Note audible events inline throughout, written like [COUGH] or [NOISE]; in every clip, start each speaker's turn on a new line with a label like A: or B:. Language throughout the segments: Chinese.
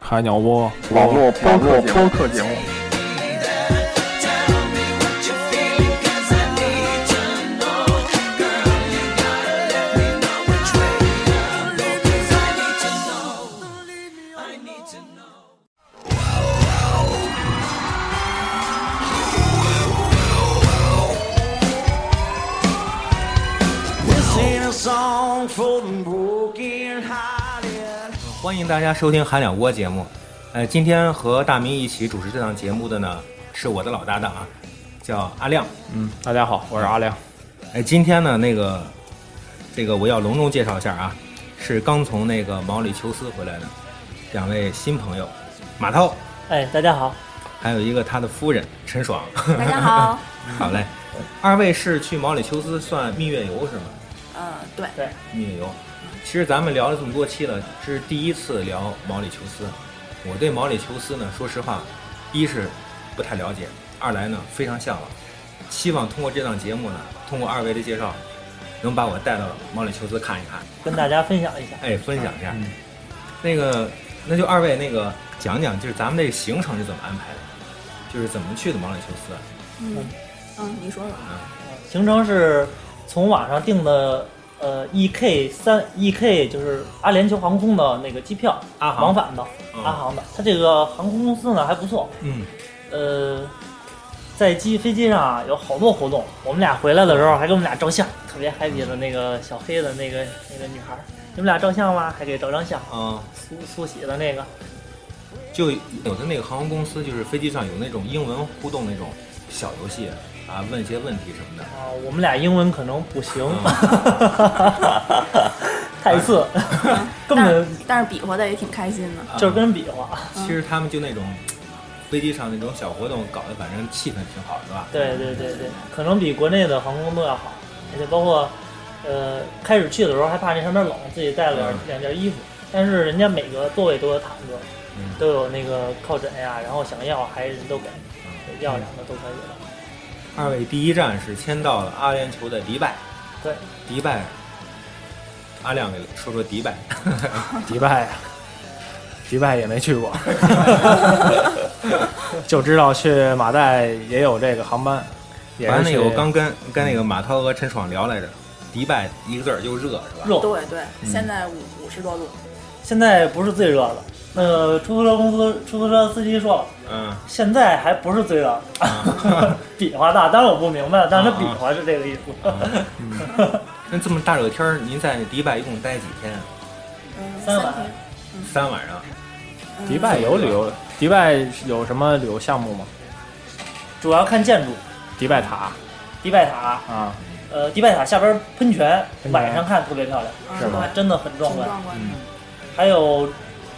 A: 海鸟窝，
B: 网络播客播客节目。
C: This ain't a song for the broken hearted.
D: 欢迎大家收听《韩两窝》节目。呃，今天和大明一起主持这档节目的呢，是我的老搭档啊，叫阿亮。
A: 嗯，大家好，我是阿亮。
D: 哎，今天呢，那个这个我要隆重介绍一下啊，是刚从那个毛里求斯回来的两位新朋友，马涛，
E: 哎，大家好，
D: 还有一个他的夫人陈爽。
F: 大家
E: [LAUGHS]
F: 好，
E: 嗯
D: 好嘞，二位是去毛里求斯算蜜月游是吗？
F: 呃，对，
D: 蜜月游。其实咱们聊了这么多期了，这是第一次聊毛里求斯。我对毛里求斯呢，说实话，一是不太了解，二来呢非常向往，希望通过这档节目呢，通过二位的介绍，能把我带到毛里求斯看一看，
E: 跟大家分享一下。啊
D: 哎，分享一下。那个，那就二位那个讲讲，就是咱们这个行程是怎么安排的，就是怎么去的毛里求斯。
F: 嗯嗯，你说吧，
E: 行程是从网上订的，呃，EK 三 EK 就是阿联酋航空的那个机票，
D: 阿航
E: 往返的，
D: 嗯
E: 阿航的。它这个航空公司呢还不错，
D: 嗯，
E: 呃，在机飞机上啊有好多活动。我们俩回来的时候还给我们俩照相，特别 happy 的那个小黑的那个那个女孩儿，你们俩照相吗？还给照张相，
D: 啊、
E: 苏苏喜的那个。
D: 就有的那个航空公司，就是飞机上有那种英文互动那种小游戏啊，问一些问题什么的。
E: 啊，我们俩英文可能不行
D: 嗯，
E: [LAUGHS] 太次，
D: 哎 [LAUGHS]
E: 根
F: 但
E: 本
F: 是但是比划的也挺开心的，
D: 啊
E: [LAUGHS] 就是跟人比划。
D: 其实他们就那种飞机上那种小活动搞得，反正气氛挺好，是吧？
E: 对对对对，可能比国内的航空都要好，而且包括，呃，开始去的时候还怕那上面冷，自己带了两
D: 嗯
E: 两件衣服，但是人家每个座位都有毯子，
D: 嗯
E: 都有那个靠枕呀，然后想要还人都给，要两个都可以了。
D: 嗯二位第一站是先到了阿联酋的迪拜，
E: 对，
D: 迪拜，阿亮给说说迪拜，
A: 迪拜呀，迪拜也没去 [LAUGHS] 过，就知道去马代也有这个航班。也
D: 完
A: 是
D: 了那
A: 去
D: 个我刚跟跟那个马涛和陈爽聊来着，迪拜一个字儿就热，是吧？
E: 热，
F: 对对，
E: 嗯
F: 现在五五十多度，
E: 现在不是最热的。那个出租车公司出租车司机说了，
D: 嗯， [LAUGHS]
E: 现在还不是最热 [LAUGHS]
D: 啊
E: 比划大，当然我不明白，但是他比划是这个意思。
D: 那这么大热天儿，您在迪拜一共待几天啊？
F: 嗯，
E: 三
F: 三
E: 晚
F: 天，
D: 三晚上。
F: 嗯
A: 迪拜有旅游，迪拜有什么旅游项目吗？
E: [LAUGHS] 主要看建筑，
A: 迪拜塔
E: 迪拜塔，
A: 啊，
E: 呃，迪拜塔下边喷泉，
A: 喷泉
E: 晚上看特别漂亮，
F: 嗯
A: 是吗
E: 真的很
F: 对
E: 壮
F: 挺
E: 观。
F: 壮观的，
E: 还有，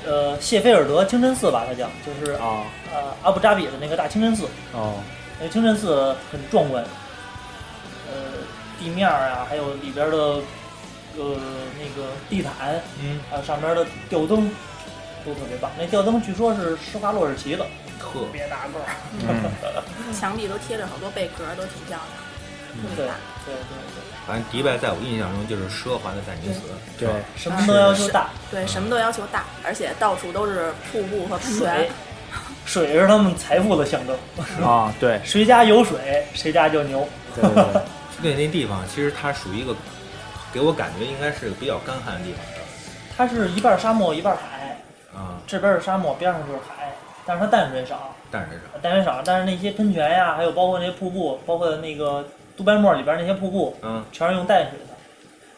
E: 呃，谢菲尔德清真寺吧，它叫，就是
A: 啊
E: 呃阿布扎比的那个大清真寺，
A: 哦，
E: 那个清真寺很壮观，呃，地面儿啊，还有里边的呃那个地毯，
D: 嗯，
E: 还有上边的吊灯。都特别棒，那吊灯据说是施华洛世奇的，
D: 特
E: 特别大个儿。
A: 嗯，
F: 墙壁都贴着好多贝壳，都挺漂亮，特别
E: 嗯对
F: 大，
E: 对对
D: 反正迪拜在我印象中就是奢华的代名词。
A: 对，
E: 对，什么都要求大，
F: 对，什么都要求大，而且到处都是瀑布和喷
E: 水
F: 泉，，
E: 水是他们财富的象征。
A: 啊，对，
E: 谁家有水，谁家就牛。
A: 对对对，
D: 对，那地方其实它属于一个，给我感觉应该是个比较干旱的地方
E: 它是一半沙漠一半海，
D: 啊，
E: 这边是沙漠，边上就是海，但是它淡水少，
D: 淡水少。
E: 淡水少，但是那些喷泉呀，还有包括那些瀑布，包括那个杜拜漠里边那些瀑布，
D: 嗯，
E: 全是用淡水的。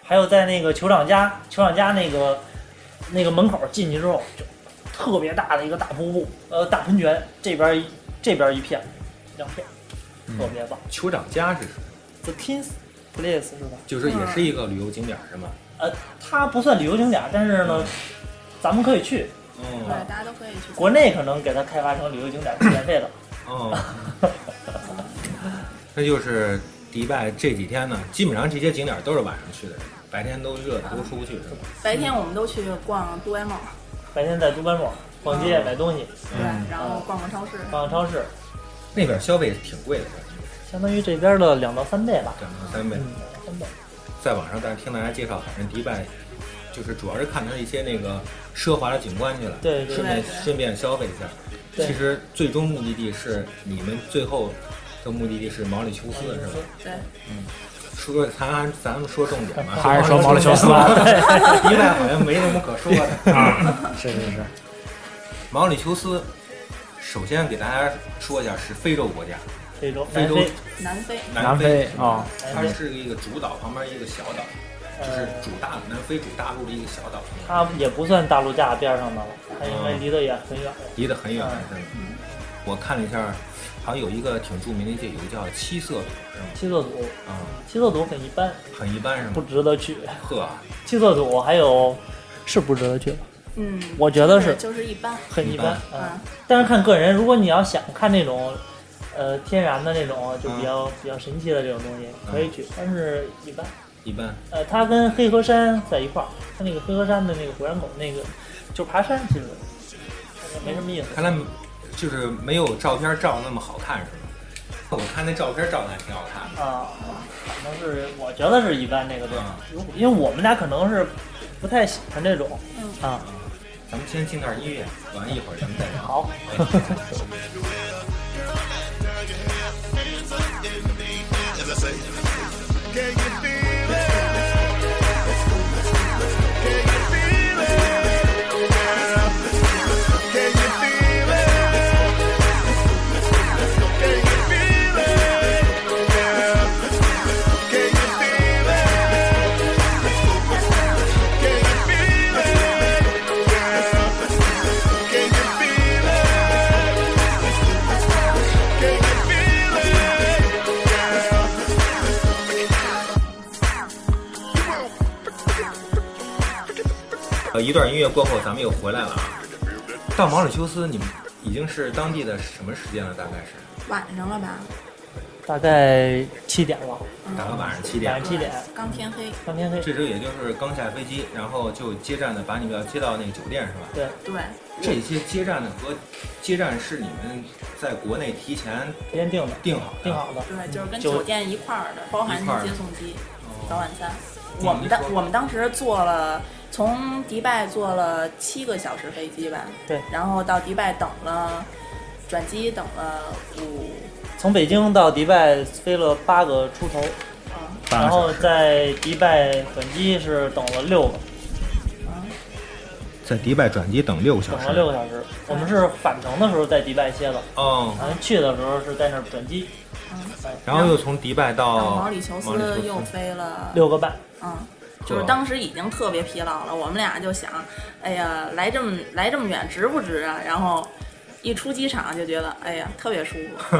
E: 还有在那个酋长家，酋长家那个那个门口进去之后，就特别大的一个大瀑布，呃，大喷泉，这边一这边一片，两片，特别棒。
D: 酋长家是什么？
E: The King's Place 是吧？
D: 就是也是一个旅游景点儿是吗？
E: 嗯呃，它不算旅游景点儿，但是呢，咱们可以去。
F: 对，
D: 嗯
F: 大家都可以去。
E: 国内可能给它开发成旅游景点是免费的。
D: 嗯，那就是迪拜这几天呢，基本上这些景点都是晚上去的人，白天都热的都出不去，是吧？
F: 白天我们都去逛杜埃梦，
E: 白天在独白某逛街买东西，
F: 对，
E: 嗯
F: 然后逛逛超市。
E: 逛超市，
D: 那边消费挺贵的，
E: 相当于这边的两到三倍吧。
D: 两到三倍。
E: 嗯，三倍。
D: 在网上，但是听大家介绍，反正迪拜就是主要是看它一些那个奢华的景观去了，
E: 对对
D: 顺便
F: 对
D: 顺便消费一下。
E: 对
D: 其实最终目的地是你们最后的目的地是毛里求斯，是吧？
F: 对，
D: 说咱按咱们说重点嘛，
A: 还是说毛里求斯吧？
D: [LAUGHS] 迪拜好像没什么可
A: [LAUGHS]
D: 说的。啊
A: 是是是，
D: 毛里求斯，首先给大家说一下是非洲国家，
E: 非洲，哎
D: 非
E: 南
D: 洲
E: 非，
F: 南非
A: 南非
D: 非
A: 啊，
D: 它是一个主岛旁边一个小岛，就是
E: 呃，
D: 主大南非主大陆的一个小岛，
E: 它也不算大陆架边上的了，它因为离得也很远。
D: 离得很远，
E: 哎
D: 是吗？
E: 嗯
D: 我看了一下，好像有一个挺著名的一个有一个叫七色组，是吗？
E: 七色组，
D: 啊、
E: 七色组很一般，
D: 很一般是
E: 不
D: 吗？
E: 值得去。
D: 呵，
E: 七色组还有是不值得去，
F: 嗯，
E: 我觉得
F: 对
E: 是
F: 就是一般，
E: 很一般
D: 般
E: 啊。
F: 嗯，
E: 但是看个人，如果你要想看那种，呃，天然的那种就
D: 嗯
E: 比较比较神奇的这种东西，可以去，但是一般。
D: 一般。
E: 呃，它跟黑河山在一块儿，它那个黑河山的那个火山口那个，就爬山其实没什么意思。
D: 看来就是没有照片照那么好看，是吗？我看那照片照的还挺好看的。
E: 啊，反正是我觉得是一般那个地方
D: 啊，
E: 如果因为我们俩可能是不太喜欢这种，啊，
D: 咱们先进段音乐，完一会儿咱们再聊。
E: 好，
D: 呃，一段音乐过后，咱们又回来了啊。到毛里求斯，你们已经是当地的什么时间了？大概是
F: 晚上了吧？
E: 大概七点了，
D: 大概晚上七
E: 晚
D: 点
E: 上。七点，
F: 对刚天黑。
E: 当天黑，
D: 这时候也就是刚下飞机，然后就接站的把你们要接到那个酒店是吧？
E: 对，
F: 对，
D: 这些接站的和接站是你们在国内提前
E: 时间定的，
D: 定好的。
E: 定。好的，
F: 对，就是跟
E: 酒
F: 酒店一块儿的，包含
D: 一块儿的
F: 接送机、早
D: 哦、
F: 晚餐。
D: 嗯
F: 我们当
D: 你说
F: 我们当时坐了从迪拜坐了七个小时飞机吧，
E: 对，
F: 然后到迪拜等了转机，等了五，
E: 从北京到迪拜飞了八个出头，
F: 嗯
A: 半个小
E: 然后
A: 时
E: 在迪拜转机是等了六个，
D: 在迪拜转机等六个小
E: 等
D: 时。
E: 了六个小时，我们是返程的时候在迪拜歇的，
D: 哦，
E: 咱们去的时候是在那儿转机
F: 嗯，
D: 然后又从迪拜到
F: 到毛里求
D: 哦毛里
F: 斯又飞了，
E: 六个半，
F: 嗯，就是当时已经特别疲劳了，我们俩就想，哎呀，来这么来这么远值不值啊？然后一出机场就觉得，哎呀，特别舒服，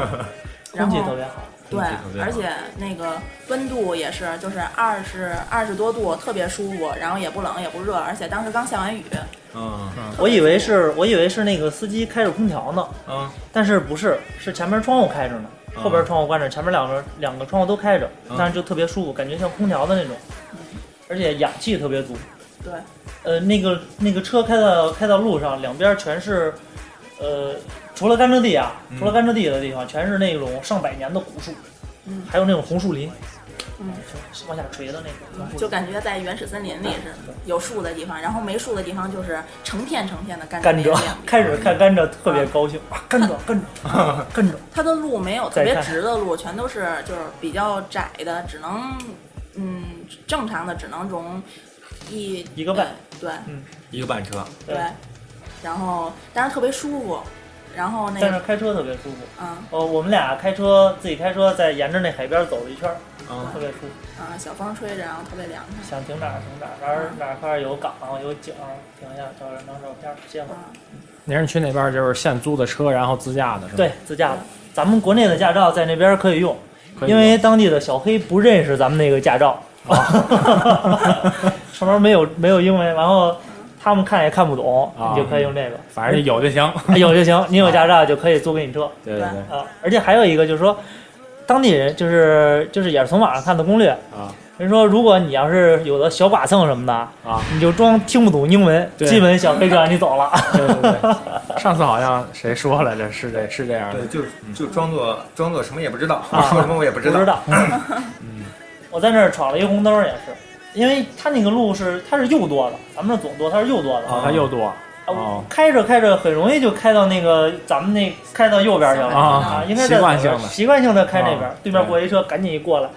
F: 然
E: 空气
F: 后
E: 特别好，
F: 对
D: 空气特别，好
F: 而且那个温度也是，就是二十二十多度，特别舒服，然后也不冷也不热，而且当时刚下完雨，
D: [LAUGHS] 嗯嗯
E: 我以为是我以为是那个司机开着空调呢，
D: 嗯
E: 但是不是，是前面窗户开着呢，
D: 嗯
E: 后边窗户关着，前面两个两个窗户都开着，
D: 嗯
E: 但是就特别舒服，感觉像空调的那种，而且氧气特别足。
F: 对，
E: 呃，那个那个车开到开到路上，两边全是，呃，除了甘蔗地啊，除
D: 嗯
E: 了甘蔗地的地方，全是那种上百年的古树，
F: 嗯
E: 还有那种红树林，哎
F: 嗯，
E: 就往下垂的那种，
F: 就感觉在原始森林里似的，有树的地方，然后没树的地方就是成片成片的甘
E: 甘
F: 蔗
E: 蔗
F: 林。
E: [LAUGHS] 开始看甘蔗特别高兴，
F: [LAUGHS]
E: 啊，甘蔗甘蔗甘蔗，
F: 它的路没有特
E: 再
F: 别
E: 看
F: 直的路，全都是就是比较窄的，只能嗯正常的只能容一
E: 一个半
F: 呃对
D: 一个半车，
E: 对
F: 对，然后但是特别舒服，然后那
E: 但是
F: 个
E: 开车特别舒服。
F: 嗯
E: 哦，我们俩开车，自己开车，在沿着那海边走了一圈儿，
D: 嗯
E: 特别舒服。
F: 啊小风吹着，然后特别凉快
E: 想停哪儿停哪儿，哪儿哪儿块儿有港有景，停下照张照片儿歇会儿。
F: 啊，
A: 您是去那边就是现租的车，然后自驾的是吧？
E: 对，，自驾的，咱们国内的驾照在那边可以用，
A: 可以
E: 因为当地的小黑不认
A: 哦
E: [LAUGHS] 识咱们那个驾照，上面没有没有英文，然后他们看也看不懂，
A: 啊
E: 你就可以用
A: [LAUGHS]
E: 这个，
A: 反正有就行。
E: 有就行，你有驾照就可以租给你车
A: 对对对
E: 啊。而且还有一个就是说，当地人就是就是也是从网上看的攻略，
A: 啊
E: 人说如果你要是有的小剐蹭什么的
A: 啊！
E: 你就装听不懂英文，
A: 对
E: 基本小黑就让你走了。
A: 对对对，上次好像谁说来着？是这是这样的
D: 对，就就装作装作什么也不知道，
E: 啊
D: [LAUGHS] 说什么我也不知
E: 不
D: 道
E: 知。道。嗯我在那儿闯了一红灯儿也是，因为他那个路是它是右舵的，咱们是左舵，它是右舵的。
A: 啊，他又多
E: 啊我
A: 哦
E: 开着开着很容易就开到那个咱们那开到右边去了
F: 啊
E: 应该
A: 习
E: 在
A: 惯
E: 左边
A: 性的
E: 习惯性的开那边
A: 啊，
E: 对面过一车赶紧一过来，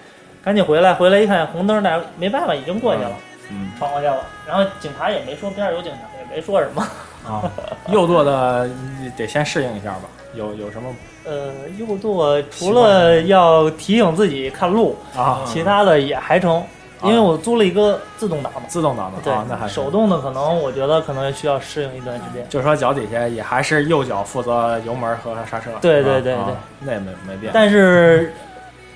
E: 赶紧回来，回来一看红灯儿，那没办法已经过去了，
A: 嗯
E: 闯过去了。然后警察也没说边上有警察，也没说什么。
A: 啊，右舵的你得先适应一下吧。有有什么
E: 呃，右舵除了要提醒自己看路，
A: 啊？
D: 嗯
E: 其他的也还成，因为我租了一个自动挡嘛。
A: 自动挡的
E: 对，
A: 啊，那还嗯是
E: 手动的可能我觉得可能需要适应一段时间。
A: 就说脚底下也还是右脚负责油门和刹车。
E: 对
A: 啊
E: 对对
A: 啊
E: 对
A: 那也没没变
E: 但是，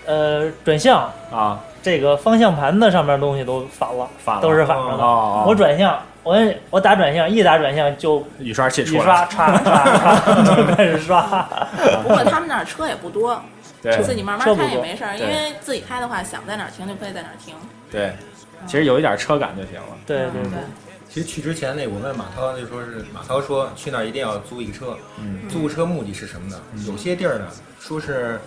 E: 呃，转向
A: 啊，
E: 这个方向盘的上面东西都反了，
A: 反了
E: 都是反着
A: 哦
E: 的。
A: 哦，
E: 我转向，我我打转向，一打转向就
A: 雨刷器
E: 一
A: 出来
E: 刷刷刷 [LAUGHS] 刷就开始刷。
F: 不过他们那儿车也不
E: [LAUGHS]
F: 多，自
A: 对
F: 己慢
E: 车
F: 慢
E: 不
F: 开也
E: 多
F: 没事儿，因
A: 对
F: 为自己开的话，想在哪儿停就可以在哪儿停。
A: 对，其实有一点车感就行了。
E: 对对
F: 嗯
E: 对，
D: 其实去之前那我问马涛，就说是马涛说去那儿一定要租一个车，
A: 嗯
D: 租车目的是什么呢？有些地儿呢，说是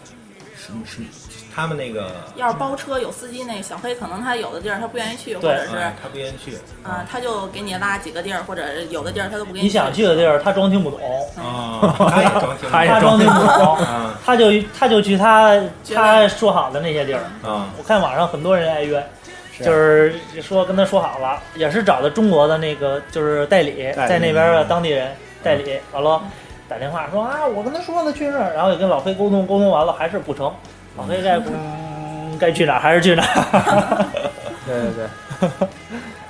D: 什么什么，他们那个
F: 要是包车有司机，那小黑可能他有的地儿他不愿意去，或
E: 对嗯
F: 者是
D: 哎他不愿意去
F: 啊，他就给你拉几个地儿，或者有的地儿他都不给
E: 你想去的地儿他装听不懂，
D: 啊，他也装听
A: 他也
E: 他哎装听不懂，
D: 啊
E: 他就他就去他
F: 觉得
E: 他说好的那些地儿。
D: 啊
E: 我看网上很多人哀怨，
A: 啊
E: 就是说跟他说好了，也是找的中国的那个就是代理，
A: 代理嗯
E: 在那边的当地人代理，完了打电话说啊，我跟他说了去那儿，然后也跟老黑沟通，沟通完了还是不成，老黑该嗯该去哪儿还是去哪儿，
A: 对对对， [LAUGHS]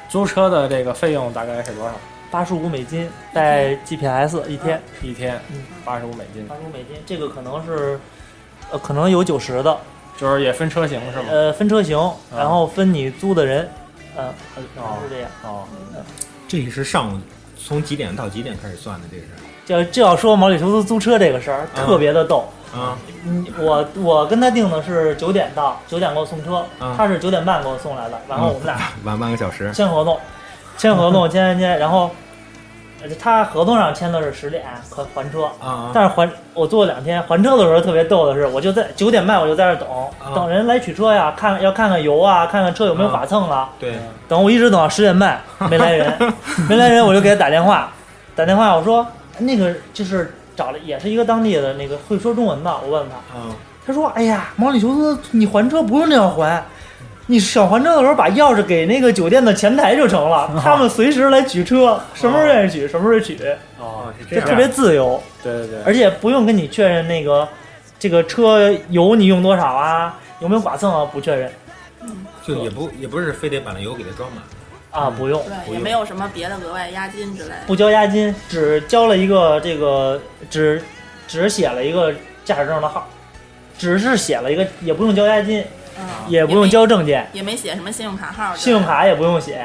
A: 租车的这个费用大概是多少？
E: 八十五美金带 GPS 一天，
A: 一天
E: 嗯
A: 八十五美金
E: 八，十五美金，这个可能是呃可能有九十的，
A: 就是也分车型是吗？嗯
E: 呃分车型，然后分你租的人，嗯、呃
A: 哦
E: 是这样。
A: 哦，
D: 这个是上午从几点到几点开始算的？这个是
E: 就就要说毛里求斯租车这个事儿，
D: 嗯
E: 特别的逗。
D: 啊
E: 嗯，我我跟他定的是九点到，九点给我送车，
D: 嗯
E: 他是九点半给我送来的，然后我们俩
D: 晚半个小时
E: 签
D: [LAUGHS]
E: 合同，签合同签签签，然后呃他合同上签的是十点可还车，
D: 啊
E: 但是还我坐了两天还车的时候特别逗的是，我就在九点半我就在那儿等
D: 啊，
E: 等人来取车呀，看要看看油啊，看看车有没有剐蹭啊，
D: 对
E: 等我一直等到十点
D: [LAUGHS]
E: 半没来人，没来人我就给他打电话，打电话我说哎那个就是找了也是一个当地的那个会说中文的，我问他，
D: 啊
E: 他说哎呀，毛里求斯你还车不用这样还。你想还车的时候，把钥匙给那个酒店的前台就成
D: [LAUGHS]
E: 了，他们随时来取车，什么时候愿意取什么时候取，
D: 哦是
E: 就
D: 这样
E: 特别自由，
A: 对对对，
E: 而且不用跟你确认那个这个车油你用多少啊，有没有剐蹭啊，不确认
D: 就也不也不是非得把那油给它装满
E: 啊，
D: 嗯
E: 不用。
F: 对，也没有什么别的额外押金之类的。
E: 不交押金，只交了一个这个，只只写了一个驾驶证的号，只是写了一个，也不用交押金，
F: 嗯，
E: 也不用交证件，
F: 也没写什么信用卡号之
E: 信
F: 类的，
E: 用卡也不用写，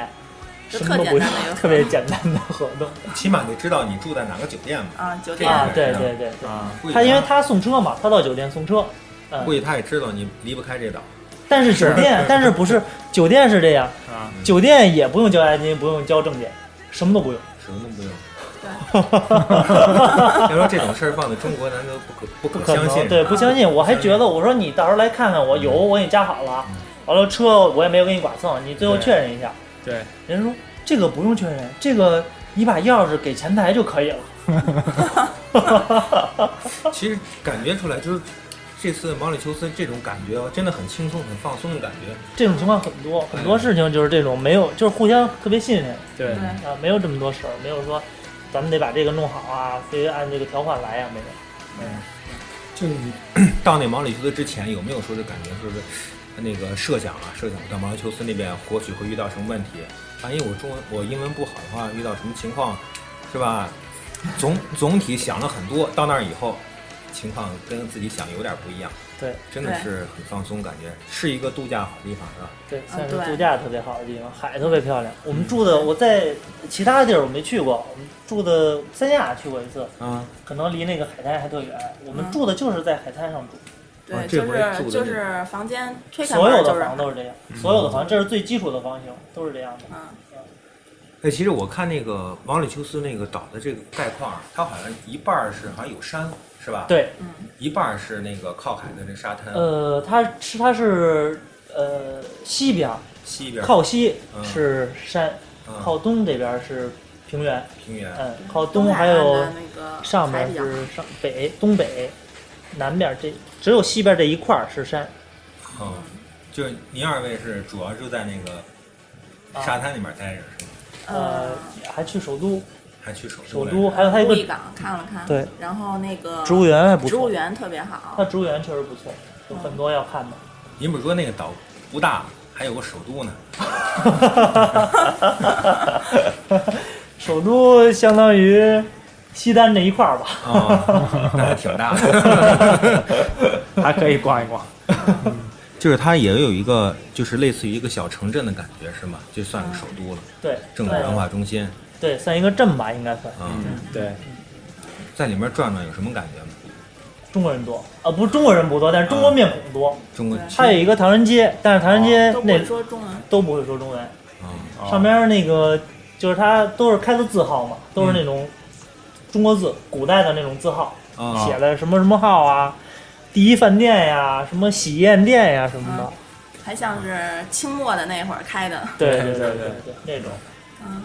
F: 就
E: 什么都不
F: 特简
E: 用
F: 单的一，个
E: 特别简单的合
F: [LAUGHS]
E: 同
D: 起码得知道你住在哪个酒店嘛。
F: 啊，酒
D: 这
F: 店
D: 样
E: 啊
D: 的。
E: 对
D: 是吧
E: 对对对，
A: 啊，
D: 估计
E: 他因为他送车嘛，他到酒店送车，呃
D: 估计他也知道你离不开这岛，
E: 但是酒店，但是不是酒店是这样
A: 啊，
E: 酒店也不用交押金，不用交证件，什么都不用。
D: 什么都不用。
F: 对，
D: [LAUGHS] 要说这种事儿放在中国，咱都不可不
E: 不
D: 可
E: 可
D: 相信
E: 能，。对，不相信。嗯我还觉得，我说你到时候来看看我油，我给你加好了，完了车我也没有给你剐蹭，你最后
A: 对
E: 确认一下。
A: 对，
E: 人说这个不用确认，这个你把钥匙给前台就可
F: [LAUGHS]
E: 以了。 [LAUGHS]
D: 其实感觉出来，就是这次毛里求斯这种感觉啊，真的很轻松、很放松的感觉。
E: 这种情况很多，很多事情就是这种没有，就是互相特别信任
A: 对
F: 对
E: 啊，没有这么多事儿，没有说咱们得把这个弄好啊，非得按这个条款来啊呀、没有。
D: 就是你到那毛里求斯之前，有没有说是感觉说是那个设想啊，设想到毛里求斯那边或许会遇到什么问题？万一我中文我英文不好的话，遇到什么情况，是吧？总总体想了很多，到那儿以后，情况跟自己想有点不一样。
E: 对
D: 真的是很放松，感觉是一个度假好地方，是吧？
E: 对，算是
F: 啊对
E: 度假特别好的地方，海特别漂亮。我们住的
D: 嗯
E: 我在其他地儿我没去过，我们住的三亚去过一次，
D: 啊，
E: 可能离那个海滩还特远。我们
F: 嗯
E: 住的就是在海滩上住，
D: 啊
F: 对，
D: 这
F: 就
D: 回住
F: 是
D: 的
F: 就是房间推开
E: 所有
F: 门
E: 的
F: 就是，
E: 房都是这样，
D: 嗯
E: 所有的房这是最基础的房型，都是这样的。
F: 嗯，
D: 哎，其实我看那个毛里求斯那个岛的这个概况啊，它好像一半儿是好像有山，是吧？，
E: 对，
F: 嗯
D: 一半儿是那个靠海的那沙滩，
E: 呃，它是它是呃西边儿
D: 西边儿
E: 靠西
D: 嗯
E: 是山，
D: 嗯
E: 靠东这边是平原，
D: 平原，
E: 嗯，靠
F: 东
E: 东
F: 海
E: 还
F: 岸啊
E: 有
F: 的那个
E: 上
F: 海
E: 面
F: 比较好
E: 是上北东北，南边这只有西边这一块儿是山，
D: 嗯，就是您二位是主要就在那个
E: 啊
D: 沙滩里面待着是吗？
F: 嗯
E: 呃，还去首都，
D: 还去首
E: 首
D: 来
E: 都
D: 着
E: 还有它一
F: 故
E: 个
F: 里港看了看，
E: 对，
F: 然后那个
E: 植物园还不
F: 植物
E: 错，
F: 园特别
E: 它
F: 好，
E: 植物园确实不错，有很多要看的。 [LAUGHS]
D: 您不是说那个岛不大，还有个首都呢？
E: 首都相当于西单这一块儿吧，
D: 啊， [LAUGHS] 那还挺大
E: [LAUGHS]
D: 的。
A: 还可以逛一逛。
D: 就是它也有一个，就是类似于一个小城镇的感觉，是吗？就算个首都了，
E: 对，
D: 政治
E: 算
D: 文化中心
E: 对算一个镇吧，应该算。
D: 啊、
A: 对，
D: 在里面转转有什么感觉吗？
E: 中国人多啊，不是中国人不多，但是
D: 嗯
E: 中国面孔多。
D: 中国
F: 对
E: 它有一个唐人街，但是唐人街
F: 哦都不
E: 那
F: 会说中文，
E: 都不会说中文，
D: 啊，
E: 上边那个就是它都是开的字号嘛，都是那种中国字，古代的那种字号，
D: 啊
E: 写的什么什么号啊，第一饭店呀，什么喜宴店呀什么的。
F: 还像是清末的那会儿开的，
E: 对
A: 对
E: 对
A: 对
E: 对对，那种
F: 嗯，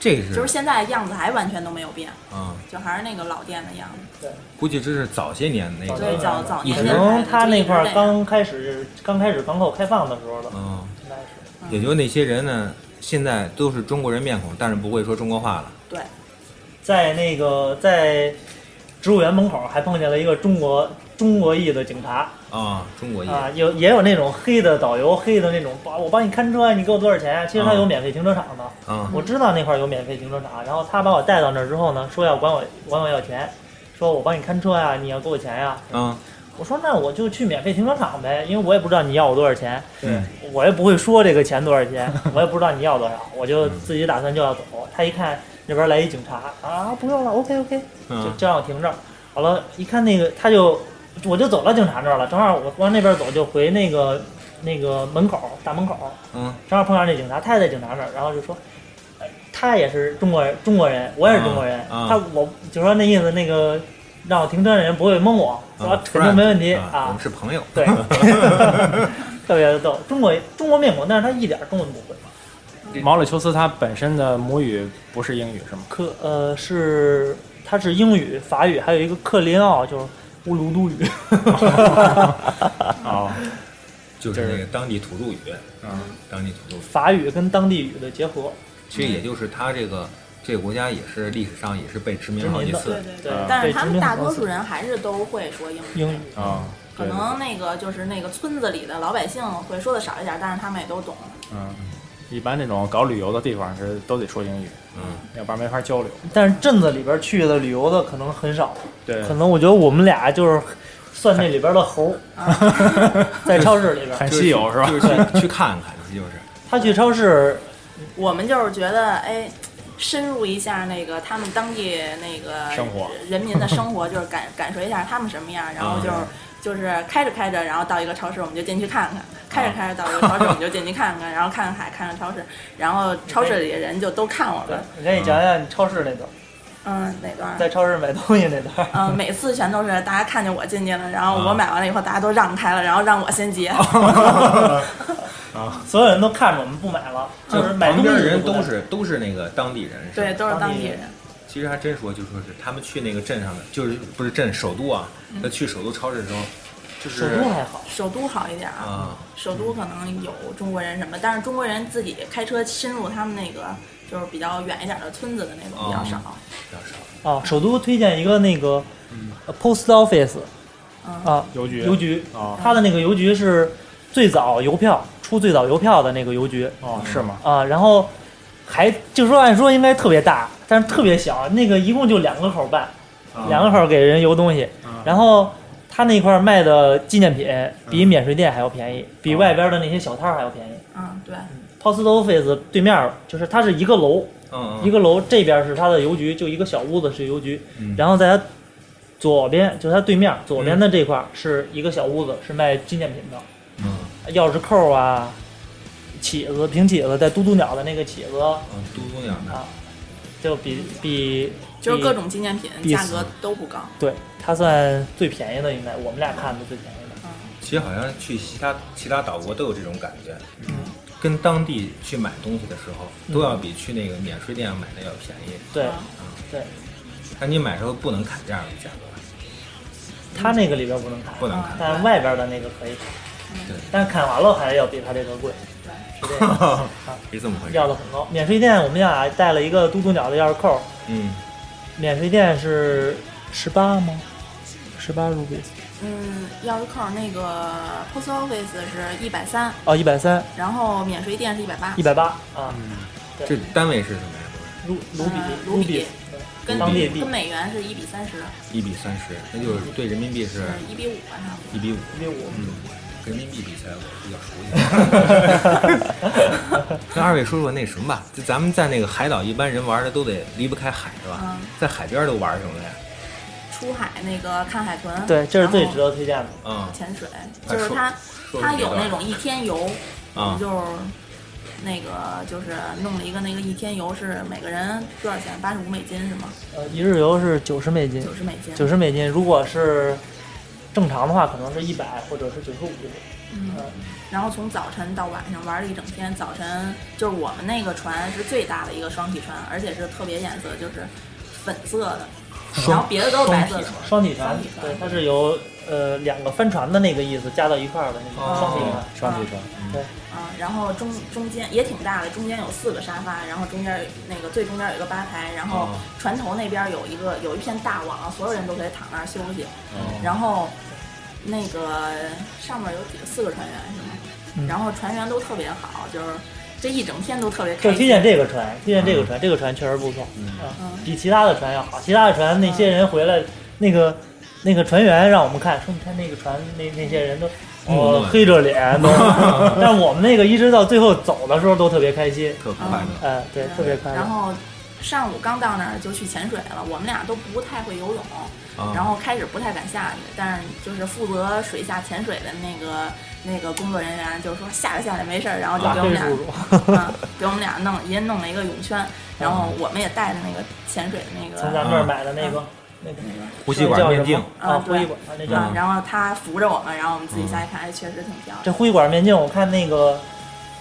D: 这是
F: 就是现在样子还完全都没有变，
D: 啊，
F: 就还是那个老店的样子，
D: 估计这是早些年那
E: 早
D: 个
E: 些
F: 对，
E: 年
F: 早早年
E: 可
F: 间开
E: 能它
F: 的就一
E: 那
F: 直
E: 块儿
F: 这样
E: 刚开始刚开始港口开放的时候了，
D: 啊，
E: 应该是。
D: 也就那些人呢，现在都是中国人面孔，但是不会说中国话了。
F: 对，
E: 在那个在植物园门口还碰见了一个中国中国裔的警察
D: 啊，中国裔
E: 啊，有也有那种黑的导游，黑的那种，哇我帮你看车，你给我多少钱呀、其实他
D: 啊
E: 有免费停车场的，
D: 啊，
E: 我知道那块儿有免费停车场，然后他把我带到那儿之后呢，说要管我管我要钱，说我帮你看车呀、你要给我钱呀、
D: 啊，
E: 我说那我就去免费停车场呗，因为我也不知道你要我多少钱，
D: 对，
E: 我也不会说这个钱多少钱，我也不知道你要多少，我就自己打算就要走。他一看那边来一警察啊，不用了，OK OK，就
D: 嗯
E: 就让我停这儿。好了，一看那个他就我就走到警察那儿了，正好我往那边走就回那个那个门口大门口，
D: 嗯
E: 正好碰上那警察，他也在警察那儿，然后就说。呃他也是中国人，中国人，我也是中国人。
D: 啊啊
E: 他我就说那意思，那个让我停车的人不会蒙我，说
D: 啊，
E: 肯定没问题
D: friend，我们是朋友。 [LAUGHS]
E: 对，特别的逗。中国中国面孔，但是他一点中文不会。
A: 毛里求斯他本身的母语不是英语是吗？
E: 克呃是他是英语、法语，还有一个克林奥就是乌鲁都 [LAUGHS] 语。啊
A: 哦，
D: 就是那个当地土著语，
A: 嗯，
D: 当地土著语，
E: 法语跟当地语的结合。
D: 其实也就是它这个这个国家也是历史上也是被殖民好几
E: 殖
D: 次
F: 对，对对
A: 啊，
F: 但是
E: 对
F: 他
E: 殖
F: 们
E: 民
F: 大
E: 很多
F: 多
E: 次
F: 数人还是都会说英语，
E: 英语
A: 啊，
F: 可
A: 对
F: 能那个就是那个村子里的老百姓会说的少一点，但是他们也都懂。
A: 嗯，一般这种搞旅游的地方是都得说英语，
D: 嗯，
A: 要不然没法交流。
E: 但是镇子里边去的旅游的可能很少，
A: 对
E: 可能我觉得我们俩就是算那里边的猴儿，啊 [LAUGHS] 在超市里边，
A: 很稀有是吧？
D: 就是去去看看，就是
E: 他去超市
F: 我们就是觉得，哎，深入一下那个他们当地那个
A: 生活嗯
F: 人民的生活，就是感感受一下他们什么样，然后就是。就是开着开着，然后到一个超市，我们就进去看看；
A: 嗯
F: 开着开着到一个超市，我们就进去看
A: [LAUGHS]
F: 看，然后看看海，看看超市，然后超市里的人就都看我们。
E: 你可以讲讲你超市那段，
F: 嗯，哪段儿？
E: 在超市买东西那
D: [LAUGHS]
E: 段。
F: 嗯，每次全都是大家看见我进去了，然后
A: 啊
F: 我买完了以后，大家都让开了，然后让我先
A: [LAUGHS]
F: 结。
E: 所有人都看着我们不买了，就是买
D: 啊旁
E: 东西
D: 边
E: 的
D: 人
E: 不买
D: 都是都是那个当地人，是吧
F: 对，，都是
E: 当
F: 当
E: 地
F: 地
E: 人
F: 人。
D: 其实还真说就说是他们去那个镇上的，就是不是镇首都啊，他去首都超市的时候，就
E: 首
D: 是
E: 都还好，
F: 首都好一点儿
D: 啊，
F: 首都可能有中国人什么，但是中国人自己开车深入他们那个就是比较远一点的村子的那种比较少。
D: 比较少，
E: 啊，首都推荐一个那个
D: 嗯
E: 呃 post office
F: 嗯，
E: 啊，
A: [LAUGHS] 邮局
E: 邮局，
A: 哦
E: 它的那个邮局是最早邮票出最早邮票的那个邮局
A: 哦，是吗？
E: 啊，然后还就说按说应该特别大，但是特别小，那个一共就两个口办，两个口给人邮东西，然后。他那块儿卖的纪念品比免税店还要便宜，比外边的那些小摊儿还要便宜。
F: 嗯，对，
E: Post Office 对面儿就是它是一个楼，
D: 嗯
E: 一个楼这边是它的邮局，就一个小屋子是邮局，
D: 嗯
E: 然后在它左边就是它对面左边的这块儿是一个小屋子，是卖纪念品的，
D: 嗯
E: 钥匙扣啊、起子、平起子，带嘟嘟鸟的那个起子
D: 嗯，嘟嘟鸟的，
E: 啊，就比比
F: 就是
E: 比
F: 各种纪念品
E: 意
F: 价
E: 思
F: 格都不高。
E: 对它算最便宜的，应该我们俩看的最便宜的。
D: 其实好像去其他其他岛国都有这种感觉，
E: 嗯
D: 跟当地去买东西的时候，都要比去那个免税店买的要便宜。
E: 对，
F: 啊
E: 对，
D: 但你买的时候不能砍价的价格，
E: 它那个里边不能砍，
D: 不能砍。
E: 但外边的那个可以砍。
D: 对
E: 但是砍完了还要比它这个贵，是这样，
D: 是这么 [LAUGHS] 回事？
E: 嗯要的很高。免税店我们俩带了一个嘟嘟鸟的钥匙扣，
D: 嗯，
E: 免税店是十八吗？十八 rupees
F: 嗯，钥匙扣那个 post office 是一百三，
E: 哦，一百三，
F: 然后免税店是一百八
E: 一，百八啊，
F: 嗯
D: 这单位是什么呀？
E: 卢卢比
F: 呃卢
E: 卢
F: 比
E: 比，
F: 跟
E: 当地币
F: 跟美元是一比三十，
D: 一比三十，那就是对人民币是
F: 是
E: 嗯
F: 一比五吧，差不多。
D: 一比五。
E: 一比五，
D: 嗯，跟人民币比起来，我比较熟悉。那二位说说那什么吧，就咱们在那个海岛，一般人玩的都得离不开海，是吧？
F: 嗯
D: 在海边都玩什么呀？
F: 出海那个看海豚，
E: 对，这是最
F: 然
E: 值得推荐的。
D: 嗯
F: 后潜水，
D: 快
F: 就是
D: 说
F: 它
D: 说
F: 它
D: 说
F: 有
D: 这
F: 那
D: 段
F: 种一天游，我
D: 啊
F: 们就是那个就是弄了一个那个一天游是每个人多少钱？八十五美金是吗？
E: 呃，一日游是九十美金，
F: 九十美金。
E: 九十美金，如果是正常的话，可能是一百或者是九十五。
F: 嗯，然后从早晨到晚上玩了一整天。早晨就是我们那个船是最大的一个双体船，而且是特别颜色，就是粉色的，然后别的都是白色的。
E: 双体船
F: 双体，船
E: 对，它是由呃两个帆船的那个意思加到一块儿的那
F: 哦
E: 种双体船。
A: 双体船，
F: 啊，然后中中间也挺大的，中间有四个沙发，然后中间有那个最中间有一个吧台，然后
D: 哦
F: 船头那边有一个有一片大网，所有人都可以躺那儿休息。然后那个上面有几个四个船员是吗？
E: 嗯
F: 然后船员都特别好，就是这一整天都特别开
E: 就
F: 心。
E: 推荐这个船，推荐这个船，这个船确实不错啊
F: 嗯，
E: 比其他的船要好。其他的船那些人回来，那个那个船员让我们看，说你看那个船那那些人都。
F: 嗯
E: 哦，黑着脸
F: [LAUGHS]
E: 都，但我们那个一直到最后走的时候都特别开心，
D: 特快乐。
E: 哎，对，特别快
F: 嗯
E: 乐
F: 然。后上午刚到那儿就去潜水了，我们俩都不太会游泳，
D: 啊
F: 嗯然后开始不太敢下去，但是就是负责水下潜水的那个那个工作人员就说下来下来没事儿，然后就
E: 啊
F: 给我们
E: 黑
F: 俩、
E: 叔叔，
F: 啊给我们俩弄一人弄了一个泳圈，然后我们也带着那个潜水的那
E: 从
F: 个
E: 咱这儿买的那个那个
D: 呼吸管面镜，
E: 啊，
F: 啊
E: 呼
F: 对
E: 吸管那叫什
F: 啊
E: 么，
F: 然后他扶着我们，然后我们自己下去看，哎，确实挺漂
E: 这
F: 亮。
E: 呼吸管面镜，我看那个